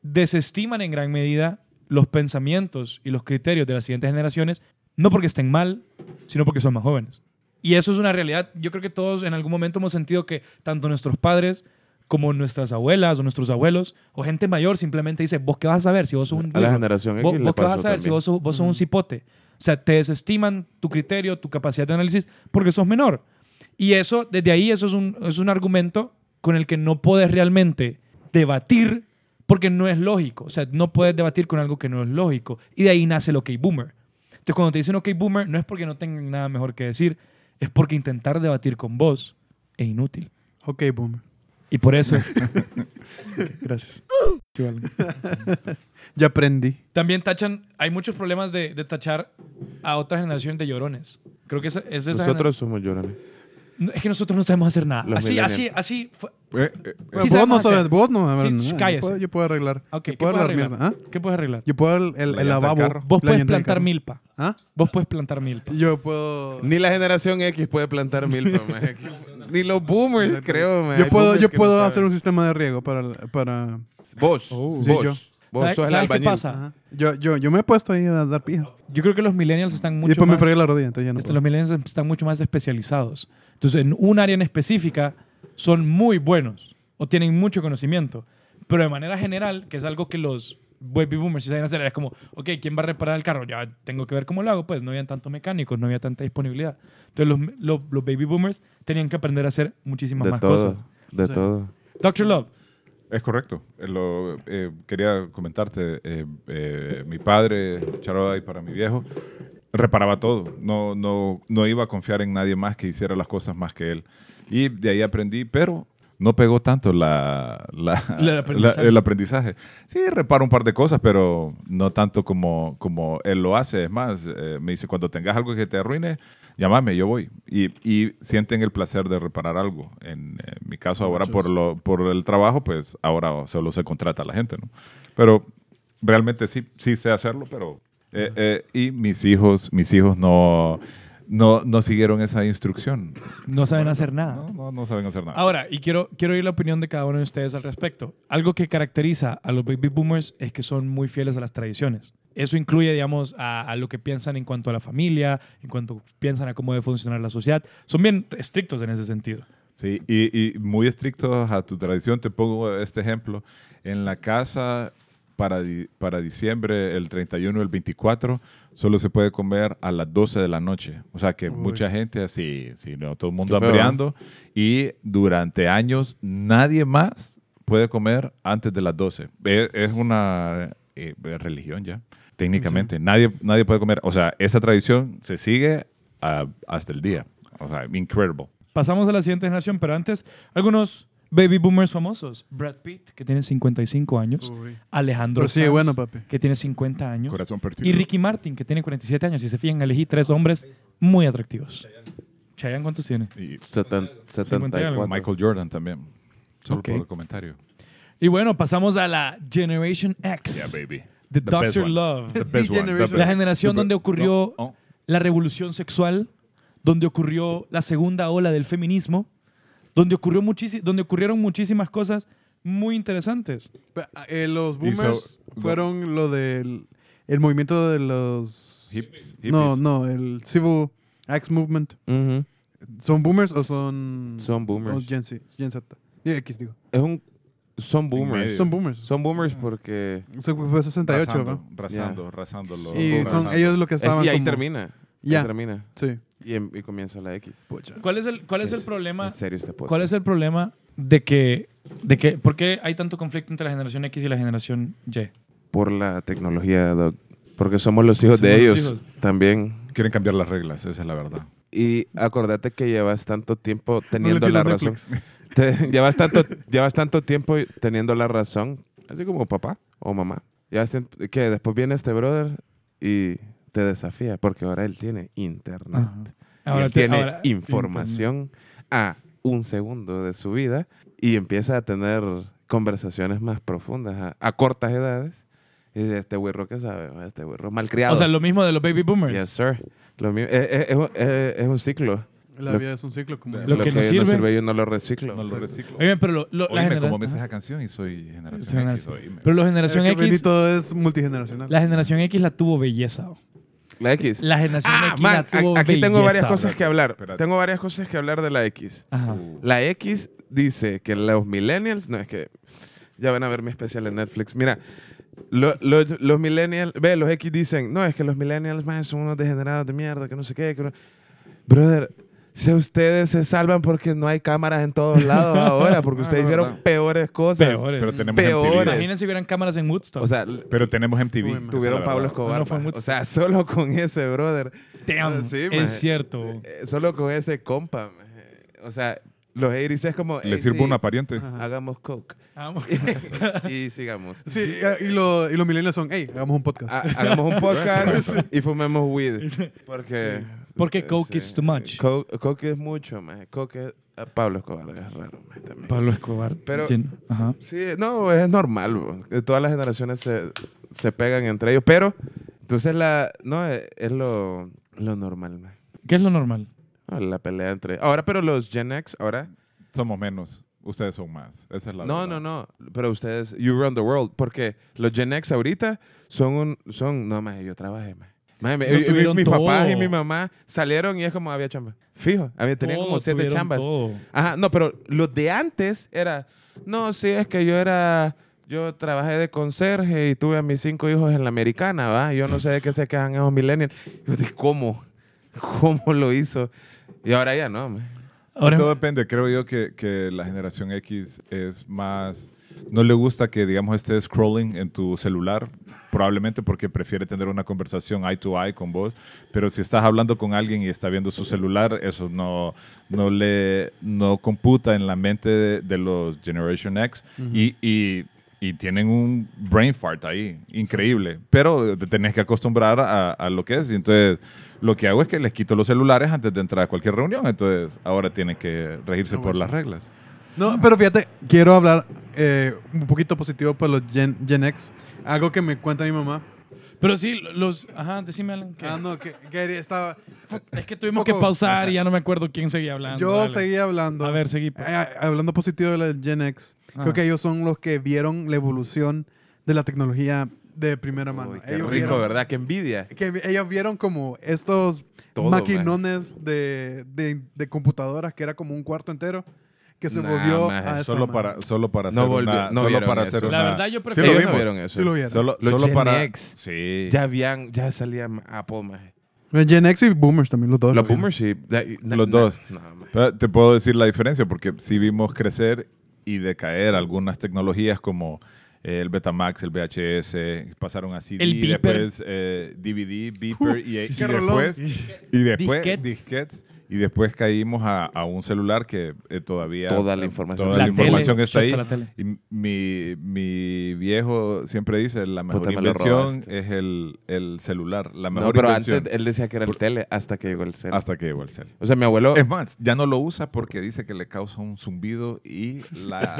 [SPEAKER 2] desestiman en gran medida los pensamientos y los criterios de las siguientes generaciones, no porque estén mal, sino porque son más jóvenes. Y eso es una realidad. Yo creo que todos en algún momento hemos sentido que tanto nuestros padres como nuestras abuelas o nuestros abuelos o gente mayor simplemente dice, vos qué vas a saber si vos sos un...
[SPEAKER 3] A la
[SPEAKER 2] burro?
[SPEAKER 3] generación X
[SPEAKER 2] ¿Vos,
[SPEAKER 3] le
[SPEAKER 2] vos qué vas a
[SPEAKER 3] pasó
[SPEAKER 2] saber si
[SPEAKER 3] también.
[SPEAKER 2] vos sos, vos sos un cipote? O sea, te desestiman tu criterio, tu capacidad de análisis porque sos menor. Y eso, desde ahí, eso es un, es un argumento con el que no puedes realmente debatir porque no es lógico. O sea, no puedes debatir con algo que no es lógico. Y de ahí nace el OK Boomer. Entonces, cuando te dicen OK Boomer, no es porque no tengan nada mejor que decir, es porque intentar debatir con vos es inútil.
[SPEAKER 4] Ok boomer.
[SPEAKER 2] Y por eso. Ok, gracias. Qué vale.
[SPEAKER 4] Ya aprendí.
[SPEAKER 2] También tachan, hay muchos problemas de, de tachar a otras generaciones de llorones. Creo que esa, es esa
[SPEAKER 3] Nosotros somos llorones.
[SPEAKER 2] genera- No, es que nosotros no sabemos hacer nada.
[SPEAKER 3] Los
[SPEAKER 2] Así, así,
[SPEAKER 3] millennials.
[SPEAKER 2] así. fue-
[SPEAKER 5] Eh, eh,
[SPEAKER 2] Sí
[SPEAKER 4] vos no
[SPEAKER 2] sabemos hacer.
[SPEAKER 4] sabes, vos no sabes
[SPEAKER 2] Sí,
[SPEAKER 4] nada. Yo
[SPEAKER 2] cállese.
[SPEAKER 4] puedo- Yo puedo arreglar.
[SPEAKER 2] Ok, ¿qué
[SPEAKER 4] Yo puedo
[SPEAKER 2] puedes
[SPEAKER 4] arreglar
[SPEAKER 2] arreglar?
[SPEAKER 4] mierda. ¿Ah?
[SPEAKER 2] ¿Qué puedes arreglar?
[SPEAKER 4] Yo puedo el, el,
[SPEAKER 5] La
[SPEAKER 4] el
[SPEAKER 5] llanta del
[SPEAKER 4] lavabo.
[SPEAKER 5] carro.
[SPEAKER 2] Vos
[SPEAKER 4] la
[SPEAKER 2] puedes
[SPEAKER 4] llanta del
[SPEAKER 2] plantar
[SPEAKER 4] carro.
[SPEAKER 2] milpa.
[SPEAKER 4] ¿Ah?
[SPEAKER 2] Vos puedes plantar milpa.
[SPEAKER 4] Yo puedo.
[SPEAKER 3] Ni la generación X puede plantar mil, ni los boomers, creo, man.
[SPEAKER 4] Yo
[SPEAKER 3] Hay
[SPEAKER 4] puedo,
[SPEAKER 3] boomers
[SPEAKER 4] yo
[SPEAKER 3] que no
[SPEAKER 4] puedo
[SPEAKER 3] saben.
[SPEAKER 4] hacer un sistema de riego para. el- para
[SPEAKER 3] Vos,
[SPEAKER 2] Oh.
[SPEAKER 3] vos,
[SPEAKER 4] Sí, yo.
[SPEAKER 3] vos
[SPEAKER 2] ¿Sabes-
[SPEAKER 3] sos el
[SPEAKER 2] sabes qué
[SPEAKER 3] albañil.
[SPEAKER 2] pasa?
[SPEAKER 4] Ajá. yo, yo, yo me he puesto ahí a dar pija.
[SPEAKER 2] Yo creo que los millennials están
[SPEAKER 4] Y
[SPEAKER 2] mucho
[SPEAKER 4] después me
[SPEAKER 2] más...
[SPEAKER 4] fregué la rodilla, entonces ya no.
[SPEAKER 2] este,
[SPEAKER 4] puedo.
[SPEAKER 2] los millennials están mucho más especializados. Entonces, en un área en específica son muy buenos o tienen mucho conocimiento. Pero de manera general, que es algo que los baby boomers sí saben hacer, es como, ok, ¿quién va a reparar el carro? Ya tengo que ver cómo lo hago. Pues no habían tantos mecánicos, no había tanta disponibilidad. Entonces, los, los- los baby boomers tenían que aprender a hacer muchísimas
[SPEAKER 3] De
[SPEAKER 2] más
[SPEAKER 3] todo,
[SPEAKER 2] cosas.
[SPEAKER 3] de
[SPEAKER 2] Sí.
[SPEAKER 3] todo.
[SPEAKER 2] Doctor Love,
[SPEAKER 5] Es correcto. Eh, Lo, eh, quería comentarte, eh, eh, mi padre, Charoda y para mi viejo, reparaba todo. No, no, no iba a confiar en nadie más que hiciera las cosas más que él. Y de ahí aprendí, pero no pegó tanto la, la-
[SPEAKER 2] El aprendizaje.
[SPEAKER 5] la- el aprendizaje. Sí, reparo un par de cosas, pero no tanto como, como él lo hace. Es más, eh, me dice, cuando tengas algo que te arruine, llámame, yo voy. Y, y sienten el placer de reparar algo. En, eh, mi caso ahora, por, lo, por el trabajo, pues ahora solo se contrata a la gente, ¿no? Pero realmente sí, sí sé hacerlo, pero... eh, eh, y mis hijos, mis hijos no... No, no siguieron esa instrucción.
[SPEAKER 2] no saben hacer nada.
[SPEAKER 5] No, no, no saben hacer nada.
[SPEAKER 2] Ahora, y quiero, quiero oír la opinión de cada uno de ustedes al respecto. Algo que caracteriza a los baby boomers es que son muy fieles a las tradiciones. Eso incluye, digamos, a, a lo que piensan en cuanto a la familia, en cuanto piensan a cómo debe funcionar la sociedad. Son bien estrictos en ese sentido.
[SPEAKER 5] Sí, y, y muy estrictos a tu tradición. Te pongo este ejemplo. En la casa, para, di- para diciembre, el 31, el 24, solo se puede comer a las 12 de la noche. O sea que
[SPEAKER 4] Uy.
[SPEAKER 5] mucha gente así, sí, no, todo el mundo
[SPEAKER 3] Qué feo,
[SPEAKER 5] hambriando. Y durante años nadie más puede comer antes de las 12. Es, es una eh, religión ya, técnicamente. Nadie, nadie puede comer. O sea, esa tradición se sigue ah, hasta el día. O sea, incredible.
[SPEAKER 2] Pasamos a la siguiente generación, pero antes, algunos baby boomers famosos. Brad Pitt, que tiene 55 años. Alejandro
[SPEAKER 4] Pero sigue
[SPEAKER 2] Sanz,
[SPEAKER 4] bueno, papi.
[SPEAKER 2] que tiene 50 años.
[SPEAKER 5] Corazón
[SPEAKER 2] Y Ricky Martin, que tiene 47 años. Si se fijan, elegí tres hombres muy atractivos. Chayanne, ¿cuántos tiene?
[SPEAKER 5] Y
[SPEAKER 3] Seten-
[SPEAKER 2] Cincuenta y algo.
[SPEAKER 3] 74.
[SPEAKER 5] Michael Jordan también. Solo
[SPEAKER 2] Ok.
[SPEAKER 5] por el comentario.
[SPEAKER 2] Y bueno, pasamos a la Generation X.
[SPEAKER 5] baby.
[SPEAKER 2] The,
[SPEAKER 5] The best
[SPEAKER 2] Doctor
[SPEAKER 5] one.
[SPEAKER 2] Love.
[SPEAKER 5] The best one, the
[SPEAKER 4] Generation.
[SPEAKER 2] La
[SPEAKER 5] best.
[SPEAKER 2] generación
[SPEAKER 5] Super-
[SPEAKER 2] donde ocurrió
[SPEAKER 5] No, oh,
[SPEAKER 2] la revolución sexual, donde ocurrió la segunda ola del feminismo, donde, ocurrió muchísi- donde ocurrieron muchísimas cosas muy interesantes.
[SPEAKER 4] Pero, eh, los
[SPEAKER 5] Hizo-
[SPEAKER 4] boomers fueron lo del el movimiento de los
[SPEAKER 5] hips-
[SPEAKER 4] no
[SPEAKER 5] hippies.
[SPEAKER 4] no el civil acts movement
[SPEAKER 3] Ujú.
[SPEAKER 4] son boomers o son
[SPEAKER 3] Son
[SPEAKER 4] o
[SPEAKER 3] boomers.
[SPEAKER 4] Gen Z Gen Z Y X digo
[SPEAKER 3] Es un, son boomers.
[SPEAKER 5] medio.
[SPEAKER 4] son boomers son,
[SPEAKER 3] Son boomers porque...
[SPEAKER 4] fue 68
[SPEAKER 5] Razando,
[SPEAKER 4] ¿no?
[SPEAKER 5] razando, razando los-
[SPEAKER 4] y son
[SPEAKER 5] razando.
[SPEAKER 4] ellos los que
[SPEAKER 3] Es-
[SPEAKER 4] estaban
[SPEAKER 3] y ahí
[SPEAKER 4] como-
[SPEAKER 3] termina. ahí
[SPEAKER 4] Ya.
[SPEAKER 3] termina.
[SPEAKER 4] sí
[SPEAKER 3] Y, em- y comienza la X.
[SPEAKER 2] ¿Cuál es el, cuál es
[SPEAKER 3] Qué
[SPEAKER 2] el
[SPEAKER 3] s-
[SPEAKER 2] problema?
[SPEAKER 3] En serio este podcast.
[SPEAKER 2] ¿Cuál es el problema de que, de que... ¿Por qué hay tanto conflicto entre la generación X y la generación Y?
[SPEAKER 3] Por la tecnología, Doc. Porque somos los hijos de
[SPEAKER 2] Somos
[SPEAKER 3] ellos
[SPEAKER 2] los
[SPEAKER 3] también.
[SPEAKER 5] Quieren cambiar las reglas, esa es la verdad.
[SPEAKER 3] Y acordate que llevas tanto tiempo teniendo
[SPEAKER 4] quites
[SPEAKER 3] la razón.
[SPEAKER 4] Netflix.
[SPEAKER 3] Te- llevas, tanto, llevas tanto tiempo teniendo la razón, así como papá o mamá. Llevas tiemp- que después viene este brother y te desafía porque ahora él tiene internet. Y él
[SPEAKER 2] te-
[SPEAKER 3] tiene
[SPEAKER 2] ahora-
[SPEAKER 3] información a un segundo de su vida y empieza a tener conversaciones más profundas a, a cortas edades. Y dice, este güey que sabe, este güey malcriado.
[SPEAKER 2] O sea, lo mismo de los baby boomers.
[SPEAKER 3] Yes, sir. Lo mío- eh, eh, es, un- eh, es un ciclo.
[SPEAKER 4] la
[SPEAKER 3] Lo-
[SPEAKER 4] vida es un ciclo como
[SPEAKER 5] Lo
[SPEAKER 2] Lo que nos sirve-
[SPEAKER 3] yo no lo reciclo.
[SPEAKER 5] No lo reciclo.
[SPEAKER 2] Oigan, pero lo- lo- la
[SPEAKER 5] Oíme
[SPEAKER 2] genera-
[SPEAKER 5] como me dice
[SPEAKER 2] Ajá.
[SPEAKER 5] esa canción y soy generación
[SPEAKER 2] Soy
[SPEAKER 5] X.
[SPEAKER 2] generación-
[SPEAKER 5] oíme.
[SPEAKER 2] Pero la
[SPEAKER 4] Es
[SPEAKER 2] generación
[SPEAKER 4] que
[SPEAKER 2] X,
[SPEAKER 4] Benito es multigeneracional
[SPEAKER 2] la generación X la tuvo belleza. bro.
[SPEAKER 3] La X.
[SPEAKER 2] La generación
[SPEAKER 3] Ah,
[SPEAKER 2] X
[SPEAKER 3] man,
[SPEAKER 2] la tuvo
[SPEAKER 3] a- aquí tengo
[SPEAKER 2] belleza,
[SPEAKER 3] varias
[SPEAKER 2] bro.
[SPEAKER 3] cosas que hablar.
[SPEAKER 5] Espérate.
[SPEAKER 3] Tengo varias cosas que hablar de la X.
[SPEAKER 2] Ajá.
[SPEAKER 5] Uh,
[SPEAKER 3] La X dice que los millennials, no es que ya van a ver mi especial en Netflix. Mira, lo- lo- los millennials, ve, los X dicen, no, es que los millennials más son unos degenerados de mierda, que no sé qué. que no-". Brother, si ustedes se salvan porque no hay cámaras en todos lados ahora, porque
[SPEAKER 5] Ah,
[SPEAKER 3] ustedes
[SPEAKER 5] no,
[SPEAKER 3] hicieron
[SPEAKER 5] verdad.
[SPEAKER 3] peores cosas.
[SPEAKER 2] Peores.
[SPEAKER 5] Pero tenemos
[SPEAKER 3] Peores.
[SPEAKER 5] MTV.
[SPEAKER 2] Imagínense si hubieran cámaras en Woodstock.
[SPEAKER 3] O sea,
[SPEAKER 5] Pero tenemos MTV.
[SPEAKER 4] Uy,
[SPEAKER 5] esa es
[SPEAKER 3] tuvieron
[SPEAKER 5] la
[SPEAKER 3] Pablo
[SPEAKER 5] verdad.
[SPEAKER 3] Escobar.
[SPEAKER 2] No, no fue
[SPEAKER 3] ma.
[SPEAKER 2] mucho.
[SPEAKER 3] o sea, solo con ese, brother.
[SPEAKER 2] Damn,
[SPEAKER 3] sí,
[SPEAKER 2] es
[SPEAKER 3] man.
[SPEAKER 2] cierto.
[SPEAKER 3] Eh, solo con ese compa. ma. O sea, los 80 es como.
[SPEAKER 5] Le
[SPEAKER 3] "Ey,
[SPEAKER 5] sirvo
[SPEAKER 3] sí,
[SPEAKER 5] una pariente.
[SPEAKER 4] Ajá.
[SPEAKER 3] Hagamos coke.
[SPEAKER 2] Vamos.
[SPEAKER 3] y sigamos.
[SPEAKER 4] sí, y, lo- y los millennials son hey hagamos un podcast
[SPEAKER 3] Ha- hagamos un podcast y fumemos weed. Porque.
[SPEAKER 2] Porque coke
[SPEAKER 3] sí.
[SPEAKER 2] is too much.
[SPEAKER 3] Co- Coke, es mucho, más. Coke es. a Pablo Escobar es raro, maje, también.
[SPEAKER 2] Pablo Escobar.
[SPEAKER 3] Pero-
[SPEAKER 2] Jen- Ajá.
[SPEAKER 3] Sí, no, es normal. bo. Eh, Todas las generaciones se, se pegan entre ellos. Pero, entonces, la. No, eh, es, lo, lo normal, maje.
[SPEAKER 2] ¿Qué es lo normal?
[SPEAKER 3] No, la pelea entre. Ahora, pero los Gen X, ahora.
[SPEAKER 5] Somos menos. Ustedes son más. Esa es la
[SPEAKER 3] No, no,
[SPEAKER 5] verdad.
[SPEAKER 3] no. Pero ustedes, you run the world. Porque los Gen X ahorita son un. Son, no, más yo trabajé, más.
[SPEAKER 2] Lo tuvieron
[SPEAKER 3] eh, mis papás y
[SPEAKER 2] todo.
[SPEAKER 3] mi mamá salieron y es como había chamba. Fijo, había, tenían como
[SPEAKER 2] Todo,
[SPEAKER 3] siete
[SPEAKER 2] tuvieron
[SPEAKER 3] chambas.
[SPEAKER 2] todo.
[SPEAKER 3] Ajá, no, pero los de antes era. No, sí, es que yo era. Yo trabajé de conserje y tuve a mis cinco hijos en la americana, ¿va? Yo no sé de qué se quejan esos millennials. Yo dije, ¿cómo? ¿Cómo lo hizo? Y ahora ya no, man.
[SPEAKER 2] Ahora, em-
[SPEAKER 5] Todo depende. Creo yo que, que la generación X es más... No le gusta que, digamos, estés scrolling en tu celular, probablemente porque prefiere tener una conversación eye to eye con vos, pero si estás hablando con alguien y está viendo su celular, eso no, no le no computa en la mente de, de los Generation X y, y- y tienen un brain fart ahí, increíble, pero te tenés que acostumbrar a, a lo que es, y entonces lo que hago es que les quito los celulares antes de entrar a cualquier reunión, entonces ahora tienen que regirse
[SPEAKER 4] Ah,
[SPEAKER 5] por
[SPEAKER 4] bueno.
[SPEAKER 5] las reglas.
[SPEAKER 4] No, pero fíjate, quiero hablar eh, un poquito positivo para los Gen, Gen X. Algo que me cuenta mi mamá.
[SPEAKER 2] pero sí, los. Ajá, decime, Alan. que-
[SPEAKER 4] Ah, no, que, que estaba.
[SPEAKER 2] es que tuvimos
[SPEAKER 4] un poco-
[SPEAKER 2] que pausar y ya no me acuerdo quién seguía hablando.
[SPEAKER 4] Yo
[SPEAKER 2] Ah, dale.
[SPEAKER 4] seguía hablando.
[SPEAKER 2] A ver, seguí. pues.
[SPEAKER 4] Eh, eh, hablando positivo de la Gen X.
[SPEAKER 2] Ajá.
[SPEAKER 4] Creo que ellos son los que vieron la evolución de la tecnología de primera mano.
[SPEAKER 3] Uy, qué
[SPEAKER 4] ellos
[SPEAKER 3] rico,
[SPEAKER 4] vieron,
[SPEAKER 3] ¿verdad? Qué envidia.
[SPEAKER 4] Que vi- ellos vieron como estos
[SPEAKER 3] Todo, man.
[SPEAKER 4] maquinones de, de- de computadoras que era como un cuarto entero. que se
[SPEAKER 5] Nah,
[SPEAKER 4] movió
[SPEAKER 5] maje,
[SPEAKER 4] a esta
[SPEAKER 5] solo
[SPEAKER 4] madre.
[SPEAKER 5] para solo para
[SPEAKER 3] No
[SPEAKER 5] hacer
[SPEAKER 3] volvió-
[SPEAKER 5] una,
[SPEAKER 3] no
[SPEAKER 5] solo
[SPEAKER 3] vieron
[SPEAKER 5] para
[SPEAKER 3] eso.
[SPEAKER 5] hacer
[SPEAKER 3] La
[SPEAKER 5] una-
[SPEAKER 2] verdad, yo
[SPEAKER 5] Sí,
[SPEAKER 2] prefiero-
[SPEAKER 5] lo
[SPEAKER 3] Ellos
[SPEAKER 5] vimos.
[SPEAKER 3] no vieron eso.
[SPEAKER 4] Sí lo vieron.
[SPEAKER 5] Solo,
[SPEAKER 3] Los
[SPEAKER 5] solo
[SPEAKER 3] Gen
[SPEAKER 5] para
[SPEAKER 3] X.
[SPEAKER 5] sí.
[SPEAKER 3] Ya habían, ya salía Apple, maje.
[SPEAKER 4] Gen X y Boomers también, los dos.
[SPEAKER 3] Los
[SPEAKER 4] lo
[SPEAKER 3] boomers sí. Da- na-
[SPEAKER 5] Los
[SPEAKER 3] na-
[SPEAKER 5] dos.
[SPEAKER 3] no, maje.
[SPEAKER 5] Pero te puedo decir la diferencia porque sí vimos crecer y decaer algunas tecnologías como eh, el Betamax, el VHS, pasaron así
[SPEAKER 2] El
[SPEAKER 5] y
[SPEAKER 2] beeper. Uh,
[SPEAKER 5] después eh, DVD, beeper y, y
[SPEAKER 4] qué rolón.
[SPEAKER 5] después y después
[SPEAKER 2] Disquets.
[SPEAKER 5] disquets, y después caímos a, a un celular que eh, todavía
[SPEAKER 3] Toda la información.
[SPEAKER 5] toda
[SPEAKER 2] La
[SPEAKER 5] la información
[SPEAKER 2] tele,
[SPEAKER 5] está
[SPEAKER 2] shots
[SPEAKER 5] ahí.
[SPEAKER 2] a la tele.
[SPEAKER 5] Y mi, mi viejo siempre dice la mejor
[SPEAKER 3] Puta, me lo
[SPEAKER 5] inversión
[SPEAKER 3] robaste.
[SPEAKER 5] es el, el celular, la mejor
[SPEAKER 3] No, pero
[SPEAKER 5] inversión
[SPEAKER 3] antes él decía que era el tele hasta que llegó el cel.
[SPEAKER 5] hasta que llegó el cel.
[SPEAKER 3] O sea, mi abuelo.
[SPEAKER 5] Es más, ya no lo usa porque dice que le causa un zumbido y la,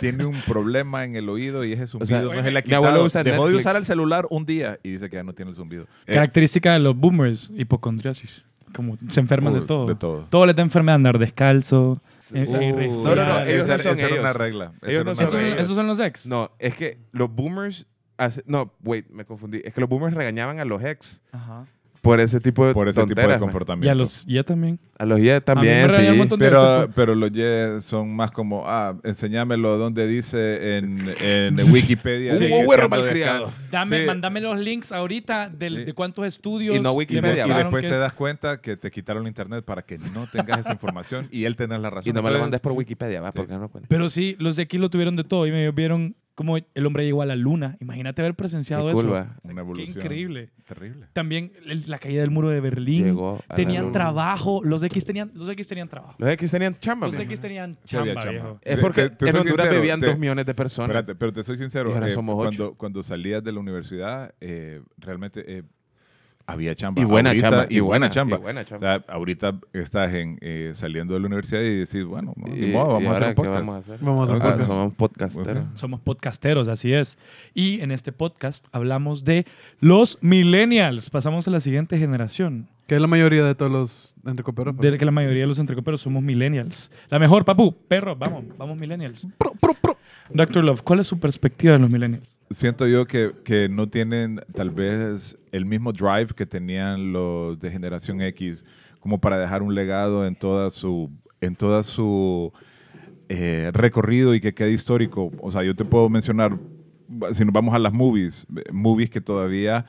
[SPEAKER 5] tiene un problema en el oído y ese
[SPEAKER 3] O
[SPEAKER 5] zumbido
[SPEAKER 3] sea,
[SPEAKER 5] no se le ha
[SPEAKER 3] mi abuelo
[SPEAKER 5] quitado.
[SPEAKER 3] usa
[SPEAKER 5] Dejó de
[SPEAKER 3] Netflix.
[SPEAKER 5] usar el celular un día y dice que ya no tiene el zumbido. Eh,
[SPEAKER 2] Característica de los boomers, hipocondriasis. Como se enferman de
[SPEAKER 5] uh,
[SPEAKER 2] todo.
[SPEAKER 5] De todo.
[SPEAKER 2] Todo les da enfermedad andar descalzo. eh,
[SPEAKER 5] Uh,
[SPEAKER 3] No,
[SPEAKER 2] eh,
[SPEAKER 3] no, no,
[SPEAKER 2] respirar.
[SPEAKER 5] esa-
[SPEAKER 3] ellos no
[SPEAKER 5] esa
[SPEAKER 3] son
[SPEAKER 5] era
[SPEAKER 3] ellos.
[SPEAKER 5] una regla. esa
[SPEAKER 3] Ellos
[SPEAKER 5] era
[SPEAKER 3] no
[SPEAKER 5] una
[SPEAKER 3] son
[SPEAKER 2] ¿Esos,
[SPEAKER 5] regla.
[SPEAKER 3] ellos.
[SPEAKER 2] esos son los ex.
[SPEAKER 3] No, es que los boomers. hace- No, wait, me confundí. Es que los boomers regañaban a los ex
[SPEAKER 2] Ajá.
[SPEAKER 3] por ese tipo de
[SPEAKER 5] Por ese tipo de
[SPEAKER 3] tonteras, maje.
[SPEAKER 5] comportamiento.
[SPEAKER 2] Y a los ya también.
[SPEAKER 3] A los ya
[SPEAKER 2] me
[SPEAKER 3] también,
[SPEAKER 2] regañan un
[SPEAKER 3] sí.
[SPEAKER 2] montón de
[SPEAKER 5] Pero,
[SPEAKER 2] veces,
[SPEAKER 5] pero los ye son más como, ah, enséñamelo donde dice en, en Wikipedia.
[SPEAKER 3] Un
[SPEAKER 5] sigue
[SPEAKER 3] güero
[SPEAKER 5] siendo de
[SPEAKER 3] malcriado.
[SPEAKER 5] acá.
[SPEAKER 2] Dame,
[SPEAKER 5] Sí.
[SPEAKER 2] Mándame los links ahorita del-
[SPEAKER 5] Sí.
[SPEAKER 2] de cuántos estudios.
[SPEAKER 3] Y no
[SPEAKER 5] Y,
[SPEAKER 3] Wikipedia,
[SPEAKER 5] vos- y
[SPEAKER 2] demostraron
[SPEAKER 3] ¿verdad?
[SPEAKER 5] después
[SPEAKER 2] que
[SPEAKER 5] te
[SPEAKER 2] es-
[SPEAKER 5] das cuenta que te quitaron el internet para que no tengas esa información y él tenés la razón.
[SPEAKER 3] Y no me lo
[SPEAKER 5] Entonces,
[SPEAKER 3] mandes por Wikipedia, va, porque no cuenta.
[SPEAKER 2] Pero sí, los de aquí lo tuvieron de todo. Y me vieron como el hombre llegó a la luna. Imagínate haber
[SPEAKER 3] Qué
[SPEAKER 2] presenciado
[SPEAKER 3] cool,
[SPEAKER 2] eso.
[SPEAKER 3] va.
[SPEAKER 5] Una
[SPEAKER 2] Qué
[SPEAKER 5] evolución.
[SPEAKER 2] increíble.
[SPEAKER 5] Terrible.
[SPEAKER 2] También el- la caída del muro de Berlín.
[SPEAKER 3] Llegó. a la
[SPEAKER 2] Tenían
[SPEAKER 3] luna.
[SPEAKER 2] trabajo. Los X tenían, los X tenían trabajo.
[SPEAKER 3] Los X tenían chamba.
[SPEAKER 2] Los
[SPEAKER 3] maje.
[SPEAKER 2] X tenían
[SPEAKER 5] Sí había
[SPEAKER 2] chamba,
[SPEAKER 5] chamba.
[SPEAKER 2] viejo.
[SPEAKER 3] Es
[SPEAKER 5] Te-
[SPEAKER 3] porque
[SPEAKER 5] te- te
[SPEAKER 3] en
[SPEAKER 5] soy
[SPEAKER 3] Honduras
[SPEAKER 5] sincero,
[SPEAKER 3] bebían
[SPEAKER 5] te-
[SPEAKER 3] dos millones de personas.
[SPEAKER 5] Espérate, pero te soy sincero.
[SPEAKER 3] Y ahora
[SPEAKER 5] eh,
[SPEAKER 3] somos ocho.
[SPEAKER 5] cuando, cuando salías de la universidad, eh, realmente eh, había chamba.
[SPEAKER 3] Y buena
[SPEAKER 5] Ahorita-
[SPEAKER 3] chamba.
[SPEAKER 5] Y buena chamba.
[SPEAKER 3] Y buena
[SPEAKER 5] O
[SPEAKER 3] chamba.
[SPEAKER 5] sea, ahorita estás en, eh, saliendo de la universidad y decís, bueno, no, ni
[SPEAKER 3] Y-
[SPEAKER 5] modo,
[SPEAKER 3] y
[SPEAKER 5] vamos a hacer
[SPEAKER 3] ahora,
[SPEAKER 5] un
[SPEAKER 3] ¿qué
[SPEAKER 5] podcast. Pues
[SPEAKER 3] vamos a hacer?
[SPEAKER 4] Vamos a hacer
[SPEAKER 5] Ah,
[SPEAKER 3] Ah,
[SPEAKER 4] podcast.
[SPEAKER 3] somos podcasteros.
[SPEAKER 2] Somos podcasteros, así es. Y en este podcast hablamos de los millennials. Pasamos a la siguiente generación,
[SPEAKER 4] Que es la mayoría de todos los entrecoperos.
[SPEAKER 2] de que la mayoría de los entrecoperos somos millennials. La mejor, papu, perro, vamos, vamos millennials. Doctor Love, ¿cuál es su perspectiva de los millennials?
[SPEAKER 5] Siento yo que, que no tienen tal vez el mismo drive que tenían los de generación X, como para dejar un legado en toda su, en toda su eh, recorrido y que quede histórico. O sea, yo te puedo mencionar, si nos vamos a las movies, eh, movies que todavía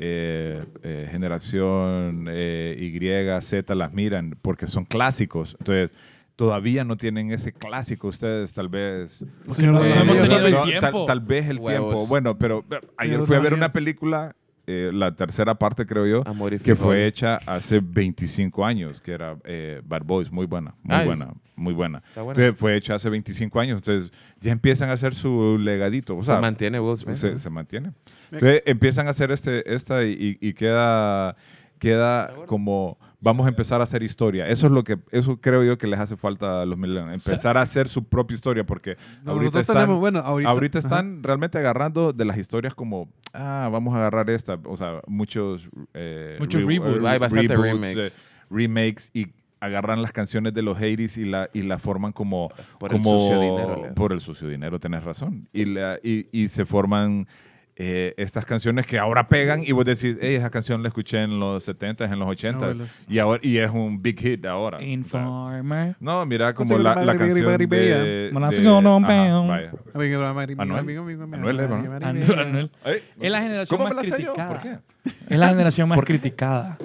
[SPEAKER 5] eh, eh, generación eh, Y, Z las miran, porque son clásicos. Entonces, todavía no tienen ese clásico ustedes, tal vez.
[SPEAKER 4] Señor
[SPEAKER 2] No
[SPEAKER 4] de los
[SPEAKER 5] Eh,
[SPEAKER 2] hemos
[SPEAKER 4] Anillos.
[SPEAKER 2] tenido el
[SPEAKER 5] tal-
[SPEAKER 2] tiempo.
[SPEAKER 5] Tal, vez el
[SPEAKER 3] Huevos.
[SPEAKER 5] tiempo. Bueno, pero eh, ayer
[SPEAKER 4] Señor
[SPEAKER 5] fui a
[SPEAKER 4] de
[SPEAKER 5] ver
[SPEAKER 4] los
[SPEAKER 5] una
[SPEAKER 4] Anillos.
[SPEAKER 5] película, eh, la tercera parte creo yo,
[SPEAKER 3] Amor y
[SPEAKER 5] que
[SPEAKER 3] frijol.
[SPEAKER 5] fue hecha hace 25 años, que era eh, Bad Boys, muy buena, muy
[SPEAKER 3] Ay.
[SPEAKER 5] buena, muy buena.
[SPEAKER 3] Está buena.
[SPEAKER 5] Entonces, fue hecha hace 25 años, entonces ya empiezan a hacer su legadito. O sea,
[SPEAKER 3] se mantiene Will Smith.
[SPEAKER 5] Pues, se,
[SPEAKER 3] ¿no?
[SPEAKER 5] se mantiene. Entonces empiezan a hacer este, esta y, y- y queda, queda como vamos a empezar a hacer historia. Eso es lo que, eso creo yo que les hace falta a los millennials,
[SPEAKER 2] sea-
[SPEAKER 5] empezar a hacer su propia historia porque ahorita
[SPEAKER 4] Nosotros
[SPEAKER 5] están,
[SPEAKER 4] tenemos, bueno, ahorita.
[SPEAKER 5] ahorita, están realmente agarrando de las historias como ah vamos a agarrar esta, o sea muchos eh,
[SPEAKER 2] Muchos
[SPEAKER 5] re-
[SPEAKER 2] reboots.
[SPEAKER 5] eh,
[SPEAKER 3] Hay bastante
[SPEAKER 5] reboots,
[SPEAKER 3] remakes.
[SPEAKER 5] eh, remakes y agarran las canciones de los 80s y la, y la forman como
[SPEAKER 3] Por el
[SPEAKER 5] como
[SPEAKER 3] sucio dinero, Leo.
[SPEAKER 5] por el sucio dinero, tenés razón. Y, la- y, y se forman eh, estas canciones que ahora pegan y vos decís, hey, esa canción la escuché en los 70s, en los 80s,
[SPEAKER 4] Abuelos.
[SPEAKER 5] y, ahora, y es un big hit ahora. O sea,
[SPEAKER 2] Informer.
[SPEAKER 5] no, mira como
[SPEAKER 4] Consigue
[SPEAKER 5] la,
[SPEAKER 4] la
[SPEAKER 5] la
[SPEAKER 4] madre,
[SPEAKER 5] canción de...
[SPEAKER 4] madre, madre,
[SPEAKER 5] de-
[SPEAKER 2] Bueno, así que no,
[SPEAKER 5] ajá,
[SPEAKER 2] veo.
[SPEAKER 5] vaya.
[SPEAKER 4] Amigo, amigo, amigo, amigo, amigo,
[SPEAKER 5] Anuel,
[SPEAKER 4] amigo,
[SPEAKER 5] Anuel,
[SPEAKER 4] amigo,
[SPEAKER 2] Anuel,
[SPEAKER 4] amigo.
[SPEAKER 2] Anuel.
[SPEAKER 5] Ay,
[SPEAKER 2] Es la generación
[SPEAKER 5] ¿Cómo
[SPEAKER 2] más
[SPEAKER 5] me la sé yo?
[SPEAKER 2] criticada.
[SPEAKER 5] ¿Por qué?
[SPEAKER 2] Es la generación más criticada.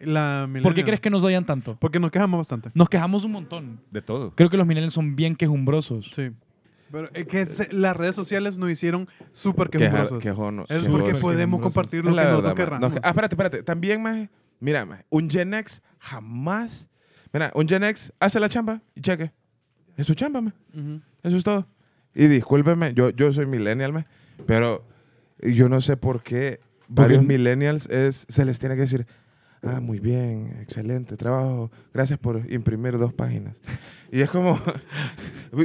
[SPEAKER 4] La
[SPEAKER 2] ¿Por qué
[SPEAKER 4] millennial.
[SPEAKER 2] crees que nos odian tanto?
[SPEAKER 4] Porque nos quejamos bastante.
[SPEAKER 2] Nos quejamos un montón.
[SPEAKER 5] De todo.
[SPEAKER 2] Creo que los millennials son bien quejumbrosos.
[SPEAKER 4] Sí. Pero es que se- las redes sociales nos hicieron súper
[SPEAKER 3] Queja-
[SPEAKER 4] quejumbrosos.
[SPEAKER 3] quejono-
[SPEAKER 4] Es
[SPEAKER 3] quejoso.
[SPEAKER 4] porque
[SPEAKER 3] Es
[SPEAKER 4] podemos
[SPEAKER 2] quejumbrosos.
[SPEAKER 4] compartir
[SPEAKER 3] la
[SPEAKER 4] lo que
[SPEAKER 3] verdad,
[SPEAKER 4] nosotros
[SPEAKER 3] maje.
[SPEAKER 4] querramos.
[SPEAKER 3] No, ah, espérate, espérate. También, maje, mira, maje, un Gen X jamás... Mira, un Gen X hace la chamba y cheque. Es su chamba, maje.
[SPEAKER 4] Ujú.
[SPEAKER 3] Eso es todo. Y discúlpeme, yo, yo soy millennial, maje, pero yo no sé por qué varios millennials es, se les tiene que decir, ah, muy bien, excelente trabajo, gracias por imprimir dos páginas. Y es como,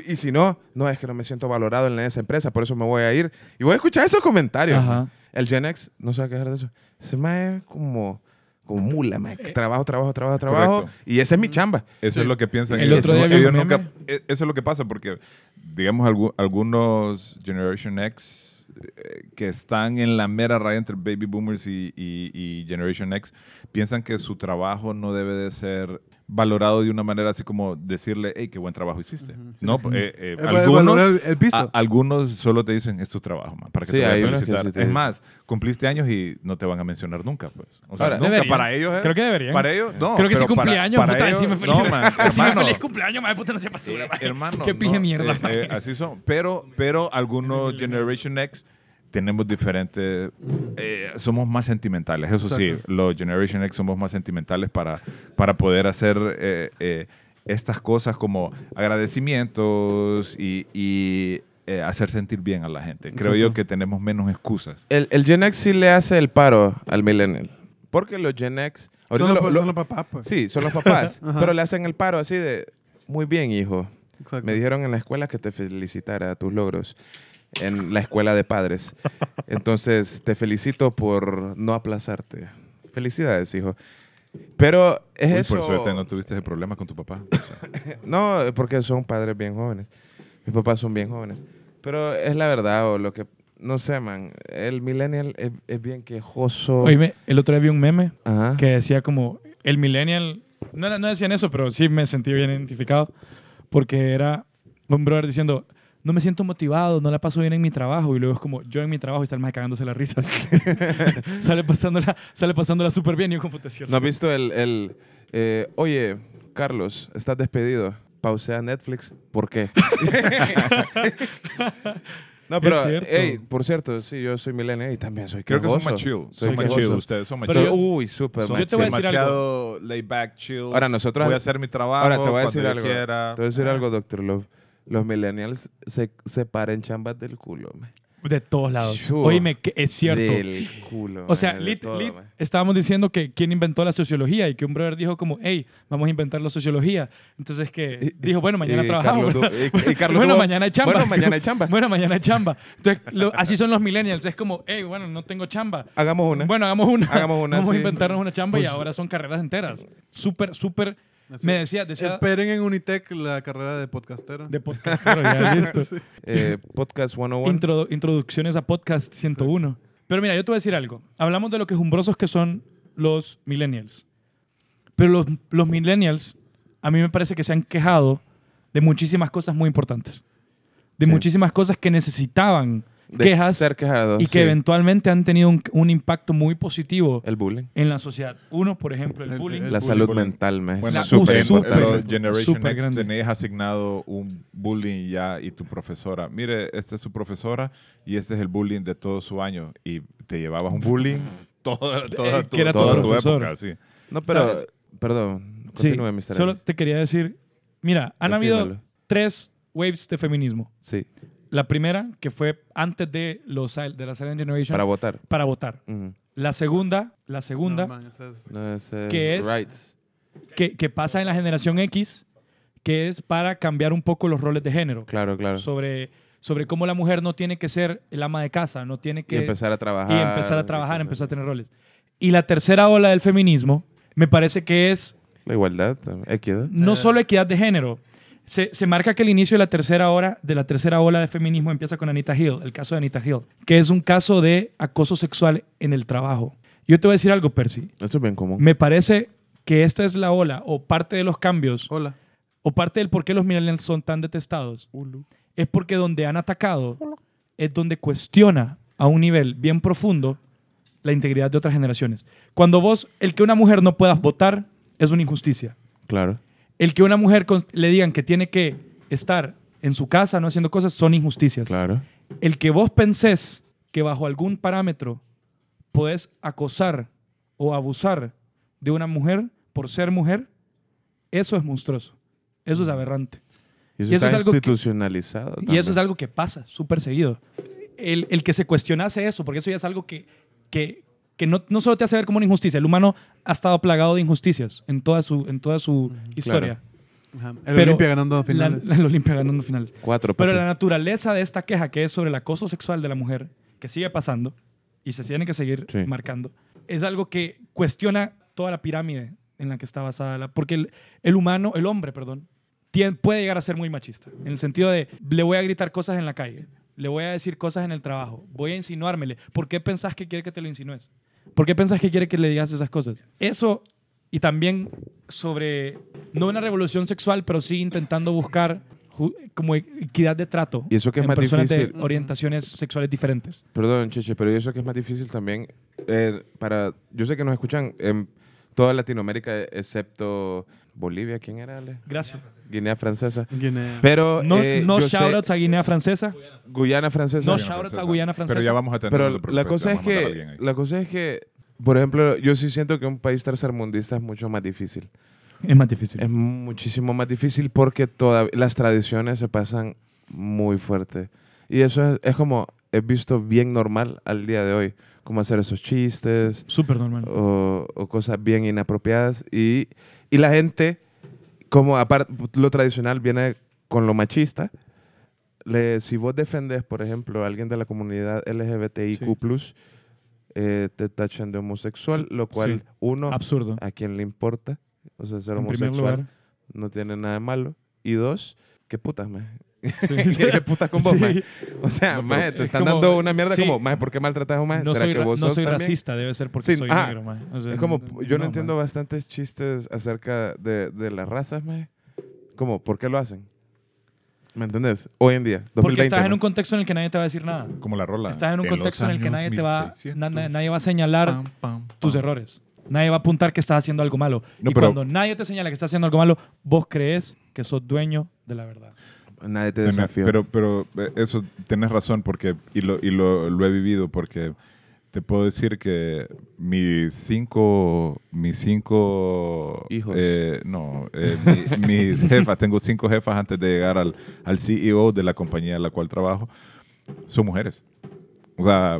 [SPEAKER 3] y si no, no es que no me siento valorado en esa empresa, por eso me voy a ir. Y voy a escuchar esos comentarios.
[SPEAKER 2] Ajá.
[SPEAKER 3] maje. El Gen X no se va a quejar de eso. Se me como, como mula, maje, que trabajo, trabajo, trabajo, trabajo.
[SPEAKER 5] Correcto.
[SPEAKER 3] Y esa es mi chamba.
[SPEAKER 5] Eso es lo que piensan
[SPEAKER 2] El
[SPEAKER 5] ellos.
[SPEAKER 2] otro día
[SPEAKER 5] Eso-
[SPEAKER 2] vi un
[SPEAKER 5] ellos nunca-
[SPEAKER 2] meme.
[SPEAKER 5] e- eso es lo que pasa porque, digamos, algu- algunos Generation X eh, que están en la mera raya entre Baby Boomers y, y- y Generation X piensan que su trabajo no debe de ser valorado de una manera así como decirle, hey, qué buen trabajo hiciste. No, eh, eh,
[SPEAKER 4] Eh, para
[SPEAKER 5] algunos,
[SPEAKER 4] valorar el- el pisto.
[SPEAKER 3] Ah,
[SPEAKER 5] a- algunos solo te dicen, es tu trabajo, man, para que
[SPEAKER 3] Sí,
[SPEAKER 5] te
[SPEAKER 3] hay
[SPEAKER 5] vayan a
[SPEAKER 3] unos que
[SPEAKER 5] felicitar.
[SPEAKER 3] sí te
[SPEAKER 5] es
[SPEAKER 3] dicen.
[SPEAKER 5] más, cumpliste años y no te van a mencionar nunca, pues. O sea,
[SPEAKER 3] Ahora,
[SPEAKER 5] nunca
[SPEAKER 2] Deberían.
[SPEAKER 5] para ellos es-
[SPEAKER 2] Creo que deberían.
[SPEAKER 5] Para ellos, no.
[SPEAKER 2] Creo que
[SPEAKER 5] pero
[SPEAKER 2] sí
[SPEAKER 5] para-
[SPEAKER 2] cumpleaños,
[SPEAKER 5] para
[SPEAKER 2] puta,
[SPEAKER 5] ellos-
[SPEAKER 2] decime feliz,
[SPEAKER 5] no, man,
[SPEAKER 2] decime
[SPEAKER 5] hermano.
[SPEAKER 2] feliz cumpleaños, madre puta, no sea basura,
[SPEAKER 5] Eh,
[SPEAKER 2] mae.
[SPEAKER 5] hermano.
[SPEAKER 2] Qué pije
[SPEAKER 5] no,
[SPEAKER 2] mierda,
[SPEAKER 5] eh,
[SPEAKER 2] mae.
[SPEAKER 5] eh, así son. Pero, pero algunos Generation X tenemos diferentes. eh, somos más sentimentales. Eso sí, los Generation X somos más sentimentales para, para poder hacer eh, eh, estas cosas como agradecimientos y. y, eh, hacer sentir bien a la gente. Creo yo que tenemos menos excusas.
[SPEAKER 3] El, el Gen X sí le hace el paro al millennial. Porque los Gen X... ahorita
[SPEAKER 4] Son los,
[SPEAKER 3] lo-
[SPEAKER 4] pa-
[SPEAKER 3] lo-
[SPEAKER 4] son los papás, pues.
[SPEAKER 3] sí, son los papás.
[SPEAKER 4] Ajá.
[SPEAKER 3] pero le hacen el paro así de... Muy bien, hijo.
[SPEAKER 4] Exacto.
[SPEAKER 3] Me dijeron en la escuela que te felicitara tus logros en la escuela de padres. Entonces, te felicito por no aplazarte. Felicidades, hijo. Pero es
[SPEAKER 5] Uy,
[SPEAKER 3] eso.
[SPEAKER 5] Por suerte no tuviste ese problema con tu papá. O sea,
[SPEAKER 3] No, porque son padres bien jóvenes. Mis papás son bien jóvenes. Pero es la verdad, o lo que. No sé, man. El millennial es, es bien quejoso.
[SPEAKER 2] Oíme, el otro día vi un meme
[SPEAKER 3] Ajá.
[SPEAKER 2] que decía como el millennial, no, era- no decían eso, pero sí me sentí bien identificado porque era un brother diciendo, no me siento motivado, no la paso bien en mi trabajo y luego es como yo en mi trabajo y está el más cagándose la risa. sale pasándola sale pasándola súper bien y yo como puta es cierto.
[SPEAKER 3] ¿No has visto el. el, eh, Oye, Carlos, estás despedido. Pausea Netflix. ¿Por qué? no,
[SPEAKER 2] Es
[SPEAKER 3] pero.
[SPEAKER 2] cierto.
[SPEAKER 3] ey, por cierto, sí, yo soy millennial y también soy
[SPEAKER 5] creo que
[SPEAKER 3] quejoso.
[SPEAKER 5] son más chill.
[SPEAKER 3] Soy
[SPEAKER 5] Son más chill.
[SPEAKER 3] quejoso.
[SPEAKER 5] Ustedes son más
[SPEAKER 2] Pero uh,
[SPEAKER 5] chill.
[SPEAKER 3] Soy- uy, súper.
[SPEAKER 5] Son
[SPEAKER 2] Yo te voy a decir
[SPEAKER 5] demasiado laid back, chill.
[SPEAKER 3] Ahora nosotros-
[SPEAKER 5] voy a hacer mi trabajo
[SPEAKER 3] Ahora te voy a
[SPEAKER 5] cuando
[SPEAKER 3] decir
[SPEAKER 5] yo
[SPEAKER 3] algo.
[SPEAKER 5] quiera.
[SPEAKER 3] Te voy a decir algo, Doctor Love. Los millennials se, se paren chambas del culo, man.
[SPEAKER 2] De todos lados.
[SPEAKER 3] Sure.
[SPEAKER 2] Oíme, que es cierto.
[SPEAKER 3] Del culo.
[SPEAKER 2] O sea,
[SPEAKER 3] man, de
[SPEAKER 2] lit-
[SPEAKER 3] todo,
[SPEAKER 2] lit-
[SPEAKER 3] man.
[SPEAKER 2] estábamos diciendo que quién inventó la sociología y que un brother dijo como, hey, vamos a inventar la sociología. Entonces que
[SPEAKER 3] Y-
[SPEAKER 2] dijo, bueno, mañana
[SPEAKER 3] y
[SPEAKER 2] trabajamos.
[SPEAKER 3] Carlos Du- y- y Carlos
[SPEAKER 2] bueno,
[SPEAKER 3] Dubo,
[SPEAKER 2] mañana hay chamba.
[SPEAKER 3] bueno, mañana hay chamba.
[SPEAKER 2] bueno, mañana hay chamba. Entonces, lo- así son los millennials. Es como, hey, bueno, no tengo chamba.
[SPEAKER 3] Hagamos una.
[SPEAKER 2] Bueno, hagamos una.
[SPEAKER 3] Hagamos una,
[SPEAKER 2] Vamos
[SPEAKER 3] sí.
[SPEAKER 2] a inventarnos una chamba y
[SPEAKER 3] Pues-
[SPEAKER 2] ahora son carreras enteras. Súper, súper.
[SPEAKER 4] Así.
[SPEAKER 2] Me decía, decía
[SPEAKER 4] Esperen en Unitec la carrera de podcastero.
[SPEAKER 2] de podcastero, ya listo.
[SPEAKER 4] Sí.
[SPEAKER 3] Eh, podcast 101.
[SPEAKER 2] Introdu- introducciones a podcast 101. Pero mira, yo te voy a decir algo. Hablamos de lo quejumbrosos que son los millennials. Pero los, los millennials, a mí me parece que se han quejado de muchísimas cosas muy importantes. De
[SPEAKER 3] Sí.
[SPEAKER 2] muchísimas cosas que necesitaban
[SPEAKER 3] De
[SPEAKER 2] quejas
[SPEAKER 3] Ser quejado.
[SPEAKER 2] y que
[SPEAKER 3] sí.
[SPEAKER 2] eventualmente han tenido un, un impacto muy positivo
[SPEAKER 3] El bullying.
[SPEAKER 2] en la sociedad. Uno, por ejemplo, el
[SPEAKER 4] El-
[SPEAKER 2] bullying.
[SPEAKER 4] el-
[SPEAKER 3] la
[SPEAKER 4] bullying,
[SPEAKER 3] salud
[SPEAKER 5] bullying.
[SPEAKER 3] mental, man. es
[SPEAKER 5] Bueno,
[SPEAKER 2] la-
[SPEAKER 3] súper
[SPEAKER 5] pero-
[SPEAKER 2] súper
[SPEAKER 5] pero
[SPEAKER 2] grande,
[SPEAKER 5] Generation
[SPEAKER 2] súper
[SPEAKER 5] X
[SPEAKER 2] grande.
[SPEAKER 5] tenés asignado un bullying ya y tu profesora. Mire, esta es su profesora y este es el bullying de todo su año. Y te llevabas un bullying toda, toda
[SPEAKER 2] Eh,
[SPEAKER 5] tu,
[SPEAKER 2] que era
[SPEAKER 5] toda
[SPEAKER 2] tu
[SPEAKER 5] tu
[SPEAKER 2] profesor.
[SPEAKER 5] época. Sí.
[SPEAKER 3] No, pero.
[SPEAKER 2] ¿Sabes?
[SPEAKER 3] Perdón.
[SPEAKER 2] Sí,
[SPEAKER 3] Continúe, Mr.
[SPEAKER 2] solo
[SPEAKER 3] Solo...
[SPEAKER 2] te quería decir, mira, han habido
[SPEAKER 3] Decídalo.
[SPEAKER 2] tres waves de feminismo.
[SPEAKER 3] Sí,
[SPEAKER 2] La primera, que fue antes de, los, sil- de la Silent Generation,
[SPEAKER 3] para votar.
[SPEAKER 2] para, votar.
[SPEAKER 3] Ujú.
[SPEAKER 2] La segunda, la segunda,
[SPEAKER 4] No, man, esa es-
[SPEAKER 3] No, es, eh,
[SPEAKER 2] Que es-
[SPEAKER 3] Rights.
[SPEAKER 2] que, que pasa en la generación X, que es para cambiar un poco los roles de género.
[SPEAKER 3] Claro, claro.
[SPEAKER 2] Sobre, sobre cómo la mujer no tiene que ser el ama de casa, no tiene que...
[SPEAKER 3] y empezar a trabajar.
[SPEAKER 2] y empezar a trabajar, empezar a
[SPEAKER 3] empezar
[SPEAKER 2] tener roles. Y la tercera ola del feminismo, me parece que es
[SPEAKER 3] La igualdad, también, equidad.
[SPEAKER 2] no
[SPEAKER 4] Eh.
[SPEAKER 2] solo equidad de género. Se, se marca que el inicio de la tercera hora de la tercera ola de feminismo empieza con Anita Hill, el caso de Anita Hill, que es un caso de acoso sexual en el trabajo. Yo te voy a decir algo, Percy.
[SPEAKER 3] Esto es bien común.
[SPEAKER 2] Me parece que esta es la ola o parte de los cambios
[SPEAKER 4] Hola.
[SPEAKER 2] o parte del por qué los millennials son tan detestados. Es porque donde han atacado es donde cuestiona a un nivel bien profundo la integridad de otras generaciones. Cuando vos, el que una mujer no pueda votar es una injusticia
[SPEAKER 3] Claro.
[SPEAKER 2] el que una mujer cons- le digan que tiene que estar en su casa no haciendo cosas son injusticias.
[SPEAKER 3] Claro.
[SPEAKER 2] El que vos pensés que bajo algún parámetro podés acosar o abusar de una mujer por ser mujer, eso es monstruoso. Eso es aberrante.
[SPEAKER 3] Y eso,
[SPEAKER 2] Y eso
[SPEAKER 3] está
[SPEAKER 2] es algo que-
[SPEAKER 3] institucionalizado.
[SPEAKER 2] Y eso es algo que pasa súper seguido. El, el que se cuestionase eso, porque eso ya es algo que, que, que no, no solo te hace ver como una injusticia, el humano ha estado plagado de injusticias en toda su, en toda su historia.
[SPEAKER 4] Ajá. El
[SPEAKER 2] Pero
[SPEAKER 4] Olimpia ganando
[SPEAKER 2] La-
[SPEAKER 4] finales.
[SPEAKER 2] la Olimpia ganando finales.
[SPEAKER 3] Cuatro,
[SPEAKER 2] Pero
[SPEAKER 3] papi.
[SPEAKER 2] la naturaleza de esta queja, que es sobre el acoso sexual de la mujer, que sigue pasando y se tiene que seguir
[SPEAKER 3] Sí.
[SPEAKER 2] marcando, es algo que cuestiona toda la pirámide en la que está basada. la- porque el, el humano, el hombre, perdón, tien- puede llegar a ser muy machista. En el sentido de, le voy a gritar cosas en la calle, le voy a decir cosas en el trabajo, voy a insinuármele. ¿Por qué pensás que quiere que te lo insinúes? ¿Por qué pensás que quiere que le digas esas cosas? Eso y también sobre, no una revolución sexual, pero sí intentando buscar ju- como equidad de trato
[SPEAKER 3] Y eso que es
[SPEAKER 2] en
[SPEAKER 3] más
[SPEAKER 2] personas
[SPEAKER 3] difícil.
[SPEAKER 2] de orientaciones sexuales diferentes.
[SPEAKER 3] Perdón, Cheche, pero yo sé que es más difícil también eh, para... Yo sé que nos escuchan en toda Latinoamérica, excepto Bolivia. ¿Quién era, Ale?
[SPEAKER 2] Gracias.
[SPEAKER 3] Guinea Francesa.
[SPEAKER 4] Guinea.
[SPEAKER 3] Pero
[SPEAKER 2] No,
[SPEAKER 3] eh,
[SPEAKER 2] no
[SPEAKER 3] yo sé-
[SPEAKER 2] shoutouts a Guinea Francesa.
[SPEAKER 3] Guyana Francesa.
[SPEAKER 2] No shoutouts a Guyana Francesa.
[SPEAKER 5] Pero ya vamos a tener.
[SPEAKER 3] Pero
[SPEAKER 5] no te
[SPEAKER 3] la
[SPEAKER 5] preocupes,
[SPEAKER 3] cosa es
[SPEAKER 5] vamos a matar a alguien
[SPEAKER 3] que
[SPEAKER 5] ahí.
[SPEAKER 3] la cosa es que por ejemplo, yo sí siento que un país tercermundista es mucho más difícil.
[SPEAKER 2] Es más difícil.
[SPEAKER 3] Es muchísimo más difícil porque toda, las tradiciones se pasan muy fuerte. Y eso es, es como, he visto bien normal al día de hoy, como hacer esos chistes
[SPEAKER 2] Súper normal.
[SPEAKER 3] Oh, o, o cosas bien inapropiadas. Y, y la gente, como aparte lo tradicional viene con lo machista, le- si vos defendés, por ejemplo, a alguien de la comunidad LGBTIQ, eh, te tachan de homosexual, lo cual, uno,
[SPEAKER 2] Absurdo.
[SPEAKER 3] a quien le importa, o sea, ser
[SPEAKER 2] En primer lugar.
[SPEAKER 3] homosexual no tiene nada de malo. Y dos, qué putas, maje.
[SPEAKER 2] Sí.
[SPEAKER 3] ¿Qué putas con vos,
[SPEAKER 2] Sí.
[SPEAKER 3] maje? O sea,
[SPEAKER 2] No, pero
[SPEAKER 3] maje, te
[SPEAKER 2] es
[SPEAKER 3] están
[SPEAKER 2] como-
[SPEAKER 3] dando una mierda
[SPEAKER 2] sí.
[SPEAKER 3] como, maje, ¿por qué maltratas a un maje?
[SPEAKER 2] No
[SPEAKER 3] ¿Será
[SPEAKER 2] soy,
[SPEAKER 3] que
[SPEAKER 2] ra-
[SPEAKER 3] vos
[SPEAKER 2] no
[SPEAKER 3] sos
[SPEAKER 2] soy
[SPEAKER 3] también?
[SPEAKER 2] racista, debe ser porque
[SPEAKER 3] Sí,
[SPEAKER 2] soy
[SPEAKER 3] ah,
[SPEAKER 2] negro, man. O sea,
[SPEAKER 3] Es como,
[SPEAKER 2] no-
[SPEAKER 3] yo no,
[SPEAKER 2] man.
[SPEAKER 3] entiendo bastantes chistes acerca de, de las razas, maje. Como, ¿por qué lo hacen? ¿Me entendés? Hoy en día, 2020.
[SPEAKER 2] Porque estás en
[SPEAKER 3] maje.
[SPEAKER 2] un contexto en el que nadie te va a decir nada.
[SPEAKER 5] Como la rola.
[SPEAKER 2] Estás en un
[SPEAKER 5] De
[SPEAKER 2] contexto
[SPEAKER 5] los
[SPEAKER 2] en el que
[SPEAKER 5] años Ah,
[SPEAKER 2] nadie te va,
[SPEAKER 5] 1600.
[SPEAKER 2] na- na- nadie va a señalar
[SPEAKER 4] Pam, pam,
[SPEAKER 2] tus
[SPEAKER 4] pam.
[SPEAKER 2] errores. Nadie va a apuntar que estás haciendo algo malo.
[SPEAKER 5] No,
[SPEAKER 2] y
[SPEAKER 5] pero-
[SPEAKER 2] cuando nadie te señala que estás haciendo algo malo, vos crees que sos dueño de la verdad.
[SPEAKER 3] Nadie te
[SPEAKER 5] Tenés-
[SPEAKER 3] desafía.
[SPEAKER 5] Pero, pero eh, eso, tenés razón, porque, y, lo, y lo, lo he vivido, porque te puedo decir que mis cinco, mis cinco
[SPEAKER 3] Hijos.
[SPEAKER 5] eh, no, eh, mi- mis jefas, tengo cinco jefas antes de llegar al, al CEO de la compañía en la cual trabajo, son mujeres. O sea,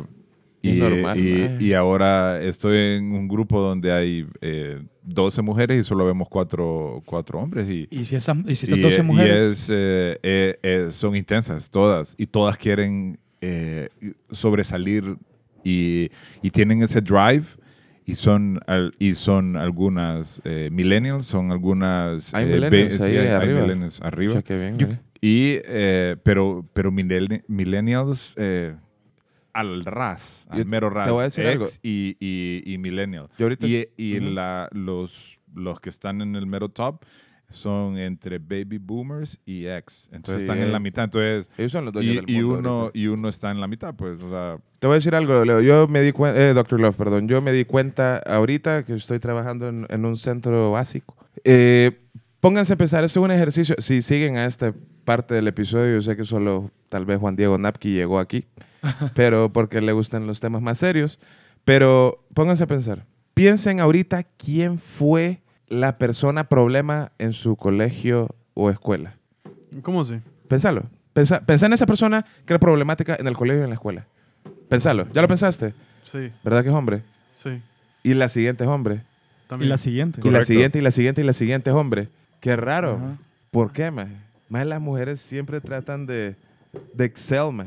[SPEAKER 3] Es
[SPEAKER 5] y,
[SPEAKER 3] normal,
[SPEAKER 5] y-
[SPEAKER 3] mae.
[SPEAKER 5] y ahora estoy en un grupo donde hay eh, 12 mujeres y solo vemos cuatro, cuatro hombres. Y,
[SPEAKER 2] Y si esas, y si esas
[SPEAKER 5] y,
[SPEAKER 2] 12
[SPEAKER 5] eh, y
[SPEAKER 2] mujeres.
[SPEAKER 5] es, eh, eh, eh, son intensas todas y todas quieren eh, sobresalir y, y tienen ese drive y son al- y son algunas eh, millennials, son algunas
[SPEAKER 3] Hay
[SPEAKER 5] eh,
[SPEAKER 3] millennials
[SPEAKER 5] sí,
[SPEAKER 3] ahí
[SPEAKER 5] hay- hay
[SPEAKER 3] arriba.
[SPEAKER 5] millennials arriba.
[SPEAKER 3] Pucha, qué bien,
[SPEAKER 5] Yo-
[SPEAKER 3] maje.
[SPEAKER 5] Y eh, pero pero millenni- millennials eh, al ras, al
[SPEAKER 3] Yo
[SPEAKER 5] mero ras,
[SPEAKER 3] te voy a decir
[SPEAKER 5] ex
[SPEAKER 3] algo.
[SPEAKER 5] y y, y millennial.
[SPEAKER 3] Yo ahorita
[SPEAKER 5] y eh,
[SPEAKER 3] es-
[SPEAKER 5] y
[SPEAKER 3] Ujú.
[SPEAKER 5] la- los los que están en el mero top son entre baby boomers y ex. Entonces
[SPEAKER 3] Sí.
[SPEAKER 5] están en la mitad. Entonces
[SPEAKER 3] Ellos son los dueños
[SPEAKER 5] y,
[SPEAKER 3] del
[SPEAKER 5] y
[SPEAKER 3] mundo ahorita.
[SPEAKER 5] uno y uno está en la mitad, pues, o sea,
[SPEAKER 3] Te voy a decir algo, Leo. Yo me di cuenta, Doctor Love, perdón. Yo me di cuenta ahorita que estoy trabajando en, en un centro básico. Eh, pónganse a pensar, es un ejercicio. Si siguen a esta parte del episodio, yo sé que solo tal vez Juan Diego Napki llegó aquí, pero porque le gustan los temas más serios. Pero pónganse a pensar. Piensen ahorita quién fue la persona problema en su colegio o escuela.
[SPEAKER 4] ¿Cómo así?
[SPEAKER 3] Pensalo. Pensa, pensá en esa persona que era problemática en el colegio y en la escuela. Pensalo. ¿Ya lo pensaste?
[SPEAKER 4] Sí,
[SPEAKER 3] ¿Verdad que es hombre?
[SPEAKER 4] sí.
[SPEAKER 3] Y la siguiente es hombre.
[SPEAKER 2] Y
[SPEAKER 4] También.
[SPEAKER 2] la siguiente.
[SPEAKER 3] Y la
[SPEAKER 5] Correcto.
[SPEAKER 3] siguiente, y la siguiente, y la siguiente es hombre. Qué raro.
[SPEAKER 2] Ajá.
[SPEAKER 3] ¿Por qué, más? Más las mujeres siempre tratan de, de excel, más.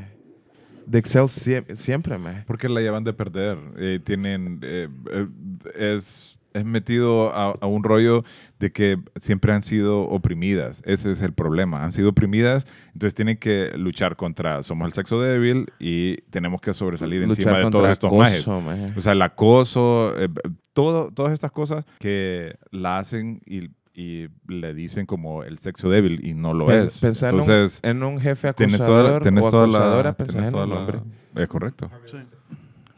[SPEAKER 3] De excel sie- siempre, más.
[SPEAKER 5] Porque la llevan de perder. Eh, tienen. eh, eh, es, es metido a, a un rollo de que siempre han sido oprimidas. Ese es el problema. Han sido oprimidas, entonces tienen que luchar contra. Somos el sexo débil y tenemos que sobresalir encima de todos estos majes. Pues,
[SPEAKER 3] acoso, maje.
[SPEAKER 5] O sea, el acoso, eh, todo, todas estas cosas que la hacen y, y le dicen como el sexo débil y no lo
[SPEAKER 3] Pen-
[SPEAKER 5] es.
[SPEAKER 3] pensá en un-
[SPEAKER 5] Entonces,
[SPEAKER 3] en, un, jefe
[SPEAKER 5] tienes
[SPEAKER 3] acosador
[SPEAKER 5] toda la. Tienes
[SPEAKER 3] o
[SPEAKER 5] toda
[SPEAKER 3] acosadora,
[SPEAKER 5] la.
[SPEAKER 3] pensá
[SPEAKER 5] Tienes
[SPEAKER 3] en
[SPEAKER 5] toda
[SPEAKER 3] un
[SPEAKER 5] la.
[SPEAKER 3] hombre.
[SPEAKER 5] Es correcto.
[SPEAKER 4] Sí.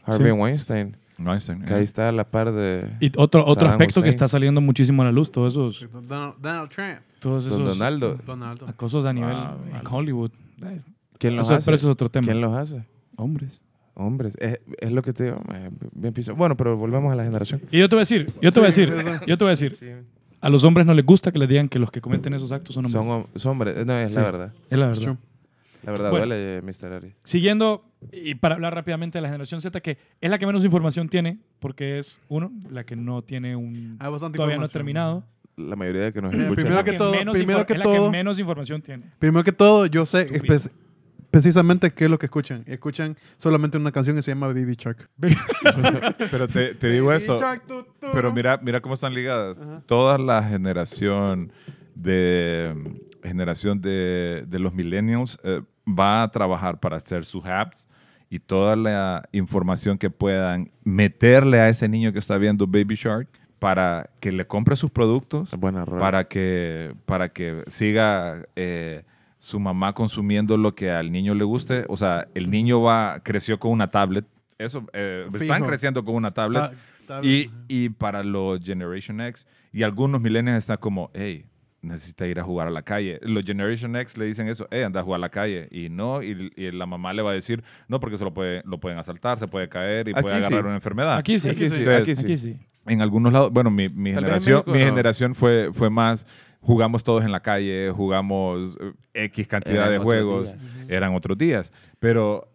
[SPEAKER 3] Harvey
[SPEAKER 2] Sí.
[SPEAKER 3] Weinstein,
[SPEAKER 5] No Einstein,
[SPEAKER 3] que
[SPEAKER 5] eh.
[SPEAKER 3] ahí está a la par de
[SPEAKER 2] Y otro, otro
[SPEAKER 3] Saddam
[SPEAKER 2] aspecto
[SPEAKER 3] Hussein.
[SPEAKER 2] que está saliendo muchísimo a la luz, todos esos,
[SPEAKER 4] Donald, Pues, Donald Trump.
[SPEAKER 2] todos
[SPEAKER 3] Don
[SPEAKER 2] esos
[SPEAKER 3] Donaldo.
[SPEAKER 4] Donaldo.
[SPEAKER 2] acosos a nivel
[SPEAKER 5] Ah,
[SPEAKER 2] en
[SPEAKER 5] vale.
[SPEAKER 2] Hollywood. Eh,
[SPEAKER 3] ¿Quién los
[SPEAKER 2] Eso,
[SPEAKER 3] hace?
[SPEAKER 2] pero eso es otro tema.
[SPEAKER 3] ¿Quién los hace?
[SPEAKER 2] Hombres.
[SPEAKER 3] Hombres, es, es lo que te digo. ma, bien piso. Bueno, pero volvamos a la generación.
[SPEAKER 2] Y yo te voy a decir, yo te voy a
[SPEAKER 4] Sí,
[SPEAKER 2] decir,
[SPEAKER 4] eso.
[SPEAKER 2] yo te voy a decir, a los hombres no les gusta que les digan que los que cometen esos actos son hombres.
[SPEAKER 3] Son, hom- son hombres, eh, no, es
[SPEAKER 2] Sí.
[SPEAKER 3] la verdad.
[SPEAKER 2] es la
[SPEAKER 4] Es
[SPEAKER 2] verdad.
[SPEAKER 4] true.
[SPEAKER 3] La verdad
[SPEAKER 2] Bueno.
[SPEAKER 3] duele, eh, Mr. Ari.
[SPEAKER 2] Siguiendo, y para hablar rápidamente de la generación Z, que es la que menos información tiene, porque es, uno, la que no tiene un...
[SPEAKER 4] Hay Ah, bastante
[SPEAKER 2] Todavía no
[SPEAKER 4] información.
[SPEAKER 2] terminado.
[SPEAKER 3] La mayoría de que nos
[SPEAKER 4] Eh,
[SPEAKER 3] escuchan.
[SPEAKER 4] primero
[SPEAKER 2] Es la
[SPEAKER 4] que todo-
[SPEAKER 2] menos
[SPEAKER 4] primero
[SPEAKER 2] infor-
[SPEAKER 4] que
[SPEAKER 2] es la
[SPEAKER 4] todo-
[SPEAKER 2] que menos información tiene.
[SPEAKER 4] Primero que todo, yo sé
[SPEAKER 2] Estúpido.
[SPEAKER 4] espe- precisamente qué es lo que escuchan. Escuchan solamente una canción que se llama Baby Shark.
[SPEAKER 5] Pero te, te digo eso. Pero mira, mira cómo están ligadas.
[SPEAKER 4] Ajá.
[SPEAKER 5] Toda la generación de generación de, de los millennials eh, va a trabajar para hacer sus apps y toda la información que puedan meterle a ese niño que está viendo Baby Shark para que le compre sus productos,
[SPEAKER 3] Buena rola.
[SPEAKER 5] para que, para que siga eh, su mamá consumiendo lo que al niño le guste. O sea, el niño va, creció con una tablet. Eso, eh, están
[SPEAKER 4] Fijo.
[SPEAKER 5] creciendo con una tablet. Y, y para los Generation X, y algunos millennials están como, hey, necesita ir a jugar a la calle. Los Generation X le dicen eso, hey, anda a jugar a la calle. Y no, y, y la mamá le va a decir, no, porque se lo, puede, lo pueden asaltar, se puede caer y
[SPEAKER 3] Aquí
[SPEAKER 5] puede agarrar
[SPEAKER 3] sí.
[SPEAKER 5] una enfermedad.
[SPEAKER 2] Aquí sí.
[SPEAKER 3] Aquí sí,
[SPEAKER 5] Entonces,
[SPEAKER 3] aquí sí.
[SPEAKER 2] Aquí sí.
[SPEAKER 5] En algunos lados, bueno, mi, mi
[SPEAKER 3] Tal vez en
[SPEAKER 5] generación,
[SPEAKER 3] México
[SPEAKER 5] mi
[SPEAKER 3] no.
[SPEAKER 5] generación fue, fue más, jugamos todos en la calle, jugamos eh, X cantidad
[SPEAKER 6] Eran
[SPEAKER 5] de
[SPEAKER 6] otros
[SPEAKER 5] juegos,
[SPEAKER 6] días.
[SPEAKER 5] eran otros días, pero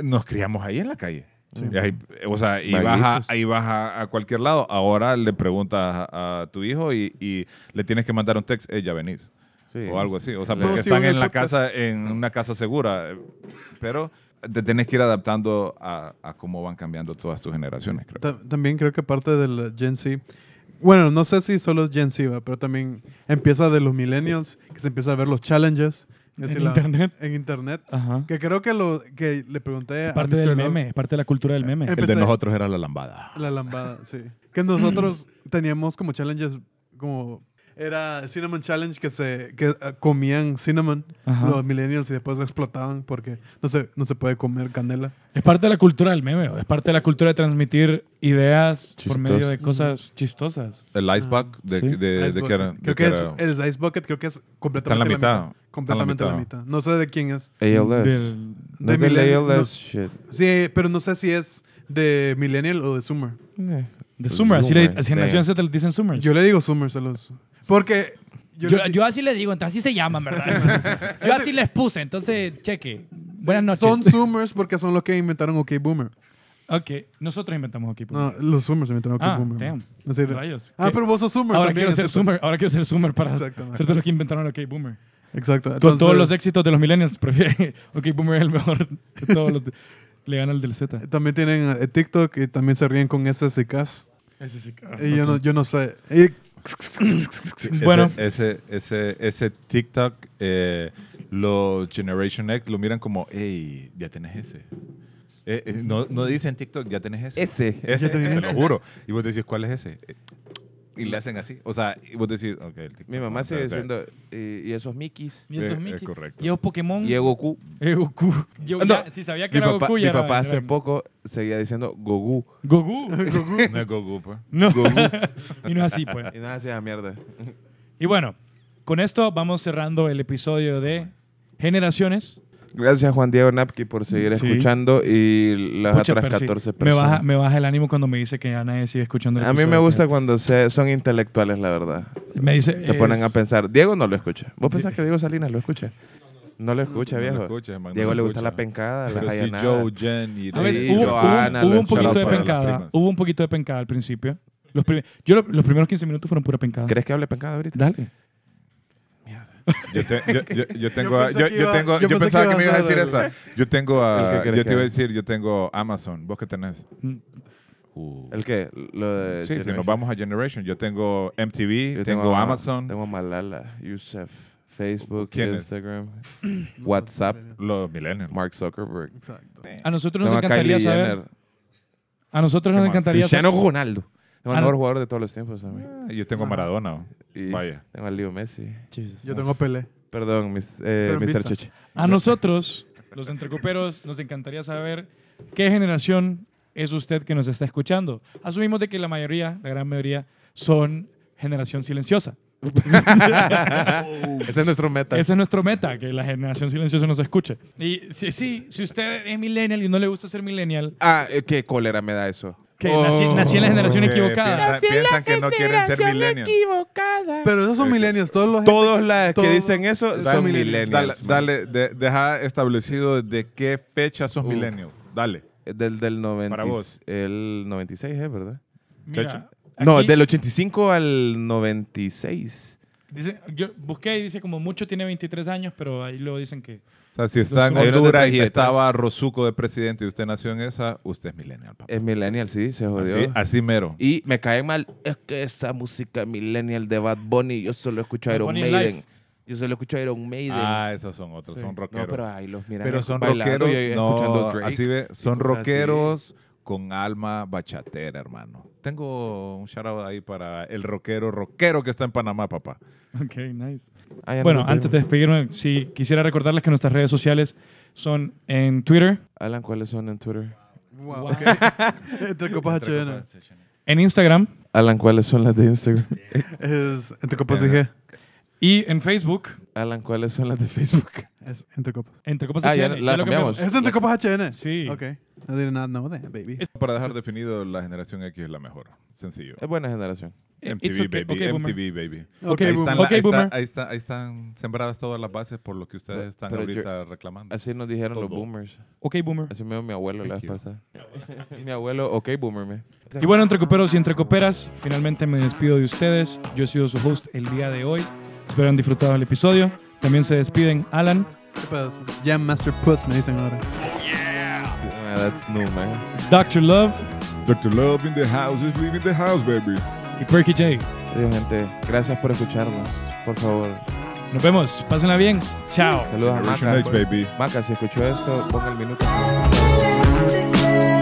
[SPEAKER 5] nos criamos ahí en la calle. Y ahí- o sea, y
[SPEAKER 3] Vaguitos.
[SPEAKER 5] vas, a, ahí vas a, a cualquier lado. Ahora le preguntas a, a tu hijo y, y le tienes que mandar un text, "Eh, ya venís.
[SPEAKER 3] Sí.
[SPEAKER 5] O algo así. O sea,
[SPEAKER 3] No,
[SPEAKER 5] porque
[SPEAKER 4] sí,
[SPEAKER 5] están
[SPEAKER 4] en el
[SPEAKER 5] en la
[SPEAKER 4] podcast.
[SPEAKER 5] casa, en una casa segura. Pero te tenés que ir adaptando a, a cómo van cambiando todas tus generaciones, creo.
[SPEAKER 4] Ta- También creo que parte del Gen Z. Bueno, no sé si solo es Gen Z, va, pero también empieza de los millennials, que se empieza a ver los challenges. Es
[SPEAKER 2] En
[SPEAKER 4] decir,
[SPEAKER 2] internet.
[SPEAKER 4] En internet.
[SPEAKER 2] Ajá.
[SPEAKER 4] Que creo que lo que le pregunté a
[SPEAKER 2] Parte
[SPEAKER 4] Mr.
[SPEAKER 2] del
[SPEAKER 4] Love,
[SPEAKER 2] meme, es parte de la cultura del meme.
[SPEAKER 4] Eh,
[SPEAKER 5] El de
[SPEAKER 4] Empecé-
[SPEAKER 5] nosotros era la lambada.
[SPEAKER 4] La lambada, sí. Que nosotros teníamos como challenges, como era Cinnamon Challenge que se que eh, comían cinnamon
[SPEAKER 2] Ajá.
[SPEAKER 4] los millennials y después explotaban porque no se, no se puede comer canela.
[SPEAKER 2] Es parte de la cultura del meme, bro. es parte de la cultura de transmitir ideas por
[SPEAKER 3] Chistosas.
[SPEAKER 2] medio de cosas chistosas.
[SPEAKER 5] El iceback de,
[SPEAKER 2] Sí.
[SPEAKER 5] de, Eh, de,
[SPEAKER 4] Ice
[SPEAKER 5] que era.
[SPEAKER 4] Bucket. creo
[SPEAKER 5] de
[SPEAKER 4] que,
[SPEAKER 5] que
[SPEAKER 4] es,
[SPEAKER 5] era-
[SPEAKER 4] el Ice Bucket creo que es
[SPEAKER 5] está en
[SPEAKER 4] completamente
[SPEAKER 5] la mitad.
[SPEAKER 4] Completamente
[SPEAKER 5] Está
[SPEAKER 4] la,
[SPEAKER 5] en la
[SPEAKER 4] mitad. No sé de quién es.
[SPEAKER 3] ALS.
[SPEAKER 2] Del-
[SPEAKER 3] No
[SPEAKER 4] de
[SPEAKER 3] es del
[SPEAKER 4] millennial-
[SPEAKER 3] ALS
[SPEAKER 4] no.
[SPEAKER 3] shit.
[SPEAKER 4] Sí, pero no sé si es de Millennial o de Summer.
[SPEAKER 3] Eh.
[SPEAKER 2] De Summer, así,
[SPEAKER 3] Zoomer,
[SPEAKER 2] le- así en
[SPEAKER 3] damn.
[SPEAKER 2] Nación Z le dicen Summer.
[SPEAKER 4] Yo le digo Summer a los... Porque... Yo,
[SPEAKER 7] Yo,
[SPEAKER 4] le-
[SPEAKER 7] yo así les digo, entonces así se llaman, ¿verdad? Yo así les puse, entonces cheque. Buenas noches.
[SPEAKER 4] son Summers porque son los que inventaron OK Boomer.
[SPEAKER 2] Ok, nosotros inventamos aquí. pues.
[SPEAKER 4] No, los Summers inventaron OK
[SPEAKER 2] Ah,
[SPEAKER 4] Boomer.
[SPEAKER 2] damn.
[SPEAKER 4] En serio.
[SPEAKER 2] Rayos.
[SPEAKER 4] Ah,
[SPEAKER 2] ¿Qué?
[SPEAKER 4] pero vos sos Summer
[SPEAKER 2] ahora
[SPEAKER 4] también,
[SPEAKER 2] quiero ser
[SPEAKER 4] ¿cierto?
[SPEAKER 2] Summer, ahora quiero ser Summer para ser
[SPEAKER 4] Exactamente.
[SPEAKER 2] de los que inventaron el OK Boomer.
[SPEAKER 4] Exacto.
[SPEAKER 2] Con
[SPEAKER 4] Entonces,
[SPEAKER 2] todos los éxitos de los millennials, prefiero OK Boomer es el mejor de todos los de- le gana el del Z.
[SPEAKER 4] También tienen eh, TikTok y también se ríen con S y Ks.
[SPEAKER 2] Ese sí. ah,
[SPEAKER 4] Y yo,
[SPEAKER 2] ok.
[SPEAKER 4] no, yo no sé. Y-
[SPEAKER 5] Ese-
[SPEAKER 2] Bueno.
[SPEAKER 5] Ese, ese, ese TikTok, eh, los Generation X lo miran como, hey, ya tenés ese. Eh, eh, no, no dicen TikTok, ya tenés ese.
[SPEAKER 6] Ese.
[SPEAKER 5] Ese,
[SPEAKER 4] Ya tenés
[SPEAKER 5] te
[SPEAKER 4] ese.
[SPEAKER 5] lo juro. Y vos decís, ¿cuál es ese? Eh, Y le hacen así. O sea, y vos decís, ok, el TikTok.
[SPEAKER 3] Mi mamá
[SPEAKER 5] vamos a
[SPEAKER 3] sigue
[SPEAKER 5] ver".
[SPEAKER 3] diciendo, eh, y esos Mickeys,
[SPEAKER 2] Y esos
[SPEAKER 5] Eh,
[SPEAKER 2] Mickey.
[SPEAKER 5] es correcto.
[SPEAKER 2] Y esos Pokémon.
[SPEAKER 3] y a Goku.
[SPEAKER 2] Eh, Goku. Yo
[SPEAKER 3] Ah, No.
[SPEAKER 2] ya- si sabía que
[SPEAKER 3] Mi
[SPEAKER 2] era
[SPEAKER 3] papá,
[SPEAKER 2] Goku,
[SPEAKER 3] mi
[SPEAKER 2] ya era-
[SPEAKER 3] papá hace
[SPEAKER 2] era-
[SPEAKER 3] poco seguía diciendo Goku.
[SPEAKER 2] Goku.
[SPEAKER 5] No es Goku, pues.
[SPEAKER 2] No. y no es así, pues.
[SPEAKER 3] Y nada, hacía mierda.
[SPEAKER 2] Y bueno, con esto vamos cerrando el episodio de Generaciones.
[SPEAKER 3] Gracias, Juan Diego Napki, por seguir
[SPEAKER 2] Sí.
[SPEAKER 3] escuchando y las
[SPEAKER 2] Pucha,
[SPEAKER 3] otras
[SPEAKER 2] Percy,
[SPEAKER 3] 14
[SPEAKER 2] me,
[SPEAKER 3] personas.
[SPEAKER 2] baja, me baja el ánimo cuando me dice que ya nadie sigue escuchando el
[SPEAKER 3] a mí me
[SPEAKER 2] episodio,
[SPEAKER 3] gusta cuando se, son intelectuales, la verdad.
[SPEAKER 2] fíjate. Me dice.
[SPEAKER 3] Te ponen
[SPEAKER 2] es-
[SPEAKER 3] a pensar. Diego no lo escucha. ¿Vos pensás que Diego Salinas lo escucha? No lo escucha,
[SPEAKER 5] No lo
[SPEAKER 3] viejo.
[SPEAKER 5] escucha, man, no
[SPEAKER 3] Diego
[SPEAKER 5] lo
[SPEAKER 3] le gusta
[SPEAKER 5] escucha.
[SPEAKER 3] la pencada, la
[SPEAKER 5] Pero sí,
[SPEAKER 3] jayanada.
[SPEAKER 5] Joe, Jen y
[SPEAKER 2] A ver,
[SPEAKER 3] Sí,
[SPEAKER 2] hubo, hubo-
[SPEAKER 3] Johanna,
[SPEAKER 2] hubo un
[SPEAKER 3] los
[SPEAKER 2] poquito de
[SPEAKER 5] shoutouts para las
[SPEAKER 2] pencada.
[SPEAKER 5] primas.
[SPEAKER 2] Hubo un poquito de pencada al principio. Los, prim- yo lo- los primeros 15 minutos fueron pura pencada.
[SPEAKER 3] ¿Crees que hable pencada ahorita?
[SPEAKER 2] Dale.
[SPEAKER 5] Yo, te- yo- yo- yo tengo, a-
[SPEAKER 4] pensé
[SPEAKER 5] yo,
[SPEAKER 4] que
[SPEAKER 5] yo
[SPEAKER 4] iba-
[SPEAKER 5] tengo,
[SPEAKER 4] yo
[SPEAKER 5] yo,
[SPEAKER 4] pensé
[SPEAKER 5] pensaba
[SPEAKER 4] que
[SPEAKER 5] que, me
[SPEAKER 4] ibas
[SPEAKER 5] ibas a
[SPEAKER 4] a
[SPEAKER 5] decir
[SPEAKER 4] dar-
[SPEAKER 5] esa. Yo tengo,
[SPEAKER 3] El
[SPEAKER 5] a,
[SPEAKER 3] que crees
[SPEAKER 5] yo te
[SPEAKER 3] que
[SPEAKER 5] iba a
[SPEAKER 3] es.
[SPEAKER 5] decir, yo tengo Amazon. ¿Vos qué tenés?
[SPEAKER 2] Mm,
[SPEAKER 3] ¿El qué? Lo de
[SPEAKER 5] Sí, si
[SPEAKER 3] Generation.
[SPEAKER 5] nos vamos a Generation, yo tengo MTV,
[SPEAKER 3] Yo
[SPEAKER 5] tengo, Amazon,
[SPEAKER 3] Tengo Malala, Youssef, Facebook,
[SPEAKER 5] ¿Quién es?
[SPEAKER 3] Instagram, WhatsApp,
[SPEAKER 5] los Millennials.
[SPEAKER 3] Mark Zuckerberg.
[SPEAKER 4] Exacto.
[SPEAKER 2] A nosotros
[SPEAKER 3] Tengo
[SPEAKER 2] nos
[SPEAKER 3] a
[SPEAKER 2] encantaría
[SPEAKER 3] Kylie
[SPEAKER 2] saber.
[SPEAKER 3] Jenner.
[SPEAKER 2] A nosotros
[SPEAKER 5] ¿Qué
[SPEAKER 2] nos
[SPEAKER 5] más?
[SPEAKER 2] encantaría saber.
[SPEAKER 3] Cristiano Ronaldo. Tengo
[SPEAKER 2] Ah,
[SPEAKER 3] el mejor
[SPEAKER 2] no.
[SPEAKER 3] jugador de todos los tiempos también.
[SPEAKER 5] Ah, Yo tengo
[SPEAKER 4] Ajá.
[SPEAKER 5] Maradona.
[SPEAKER 3] Y
[SPEAKER 5] Vaya.
[SPEAKER 3] Tengo a Leo Messi.
[SPEAKER 4] Yo tengo Pelé.
[SPEAKER 3] Perdón, mis, eh,
[SPEAKER 4] Pero en
[SPEAKER 3] Mr.
[SPEAKER 4] vista.
[SPEAKER 3] Chichi.
[SPEAKER 2] A nosotros, los entrecoperos, nos encantaría saber qué generación es usted que nos está escuchando. Asumimos de que la mayoría, la gran mayoría, son generación silenciosa.
[SPEAKER 3] Ese es nuestro meta.
[SPEAKER 2] Ese es nuestro meta, que la generación silenciosa nos escuche. Y si, sí, si usted es millennial y no le gusta ser millennial,
[SPEAKER 3] Ah, eh, qué cólera me da eso. Oh.
[SPEAKER 2] que nací, nací en la generación equivocada.
[SPEAKER 5] Piensan, piensan que no quieren ser millennials.
[SPEAKER 4] Pero esos son millennials. Todos los...
[SPEAKER 3] Todos las que
[SPEAKER 4] Todos
[SPEAKER 3] dicen eso
[SPEAKER 4] son
[SPEAKER 3] son
[SPEAKER 4] millennials.
[SPEAKER 3] millennials. man.
[SPEAKER 5] Dale, de- deja establecido de qué fecha sos
[SPEAKER 3] Uf.
[SPEAKER 5] millennial. Dale.
[SPEAKER 3] Del, del 90,
[SPEAKER 5] Para vos.
[SPEAKER 3] El 96, ¿eh? ¿Verdad?
[SPEAKER 2] Mira,
[SPEAKER 3] No,
[SPEAKER 2] aquí
[SPEAKER 3] del 85 al 96.
[SPEAKER 2] dice- yo busqué y dice como mucho tiene 23 años, pero ahí luego dicen que...
[SPEAKER 5] O sea, si está en
[SPEAKER 3] Hay uno de
[SPEAKER 5] Honduras y
[SPEAKER 3] 33.
[SPEAKER 5] estaba Rosuco de presidente y usted nació en esa, usted es millennial, papá.
[SPEAKER 3] Es millennial, sí,
[SPEAKER 5] Ah,
[SPEAKER 3] se jodió.
[SPEAKER 5] Así, así mero.
[SPEAKER 3] Y me cae mal, es que esa música millennial de Bad Bunny, yo solo escucho
[SPEAKER 2] Bad
[SPEAKER 3] Iron
[SPEAKER 2] Bunny
[SPEAKER 3] Maiden.
[SPEAKER 2] Live.
[SPEAKER 3] Yo solo escucho Iron Maiden.
[SPEAKER 5] Ah, esos son otros,
[SPEAKER 2] Sí.
[SPEAKER 5] son
[SPEAKER 3] no,
[SPEAKER 5] rockeros.
[SPEAKER 3] pero ahí los mira.
[SPEAKER 5] pero son
[SPEAKER 3] bailando
[SPEAKER 5] rockeros,
[SPEAKER 3] y
[SPEAKER 5] no,
[SPEAKER 3] escuchando Drake.
[SPEAKER 5] así ve, son
[SPEAKER 3] cosas así.
[SPEAKER 5] rockeros con alma bachatera, hermano. Tengo un shout out ahí para el rockero, rockero que está en Panamá, papá.
[SPEAKER 2] Ok, nice.
[SPEAKER 3] Ah, ya no
[SPEAKER 2] Bueno,
[SPEAKER 3] lo
[SPEAKER 2] antes de
[SPEAKER 3] pedimos.
[SPEAKER 2] despedirme, sí, quisiera recordarles que nuestras redes sociales son en Twitter,
[SPEAKER 3] Alan, ¿cuáles son en Twitter?
[SPEAKER 4] Wow. entre copas HN.
[SPEAKER 2] en Instagram
[SPEAKER 3] Alan, ¿cuáles son las de Instagram?
[SPEAKER 4] Es entre copas IG.
[SPEAKER 2] y en Facebook.
[SPEAKER 3] Alan, ¿cuáles son las de Facebook?
[SPEAKER 4] Es entre copas.
[SPEAKER 2] Entre copas
[SPEAKER 3] Ah,
[SPEAKER 2] HN,
[SPEAKER 3] ya la
[SPEAKER 2] lo
[SPEAKER 3] cambiamos.
[SPEAKER 4] Es entre copas HN.
[SPEAKER 2] Sí.
[SPEAKER 4] Ok. I did not know that, baby.
[SPEAKER 5] Para dejar definido, la generación X es la mejor. Sencillo.
[SPEAKER 3] Es buena generación.
[SPEAKER 2] Eh,
[SPEAKER 5] MTV,
[SPEAKER 2] it's okay,
[SPEAKER 5] baby.
[SPEAKER 2] okay, boomer.
[SPEAKER 5] MTV, baby.
[SPEAKER 4] Ok,
[SPEAKER 5] ahí,
[SPEAKER 4] boomer.
[SPEAKER 5] están la-
[SPEAKER 2] Ok,
[SPEAKER 5] ahí está-
[SPEAKER 2] boomer.
[SPEAKER 5] ahí está- ahí están sembradas todas las bases por lo que ustedes
[SPEAKER 3] Pero-
[SPEAKER 5] están
[SPEAKER 3] pero yo-
[SPEAKER 5] ahorita reclamando.
[SPEAKER 3] Así nos dijeron los
[SPEAKER 5] Todo.
[SPEAKER 3] boomers.
[SPEAKER 2] Ok, boomer.
[SPEAKER 3] Así me dijo mi abuelo la vez
[SPEAKER 5] Thank you.
[SPEAKER 3] pasada. mi abuelo, ok, boomer, me.
[SPEAKER 2] Y bueno, entre coperos y entre coperas, finalmente me despido de ustedes. Yo he sido su host el día de hoy. Espero han disfrutado el episodio. También se despiden Alan,
[SPEAKER 4] ¿Qué pedazo? Jam Master Puss me dicen ahora.
[SPEAKER 3] Ah, that's new, man.
[SPEAKER 2] Dr. Love
[SPEAKER 5] Dr. Love in the house is leaving the house, baby.
[SPEAKER 2] y Perky J.
[SPEAKER 3] Adiós, gente. Gracias por escucharnos. Por favor.
[SPEAKER 2] Nos vemos. Pásenla bien. Chao.
[SPEAKER 3] Saludos a Maca.
[SPEAKER 5] baby.
[SPEAKER 3] Maca, si escuchó esto, ponga el minuto.
[SPEAKER 6] Together.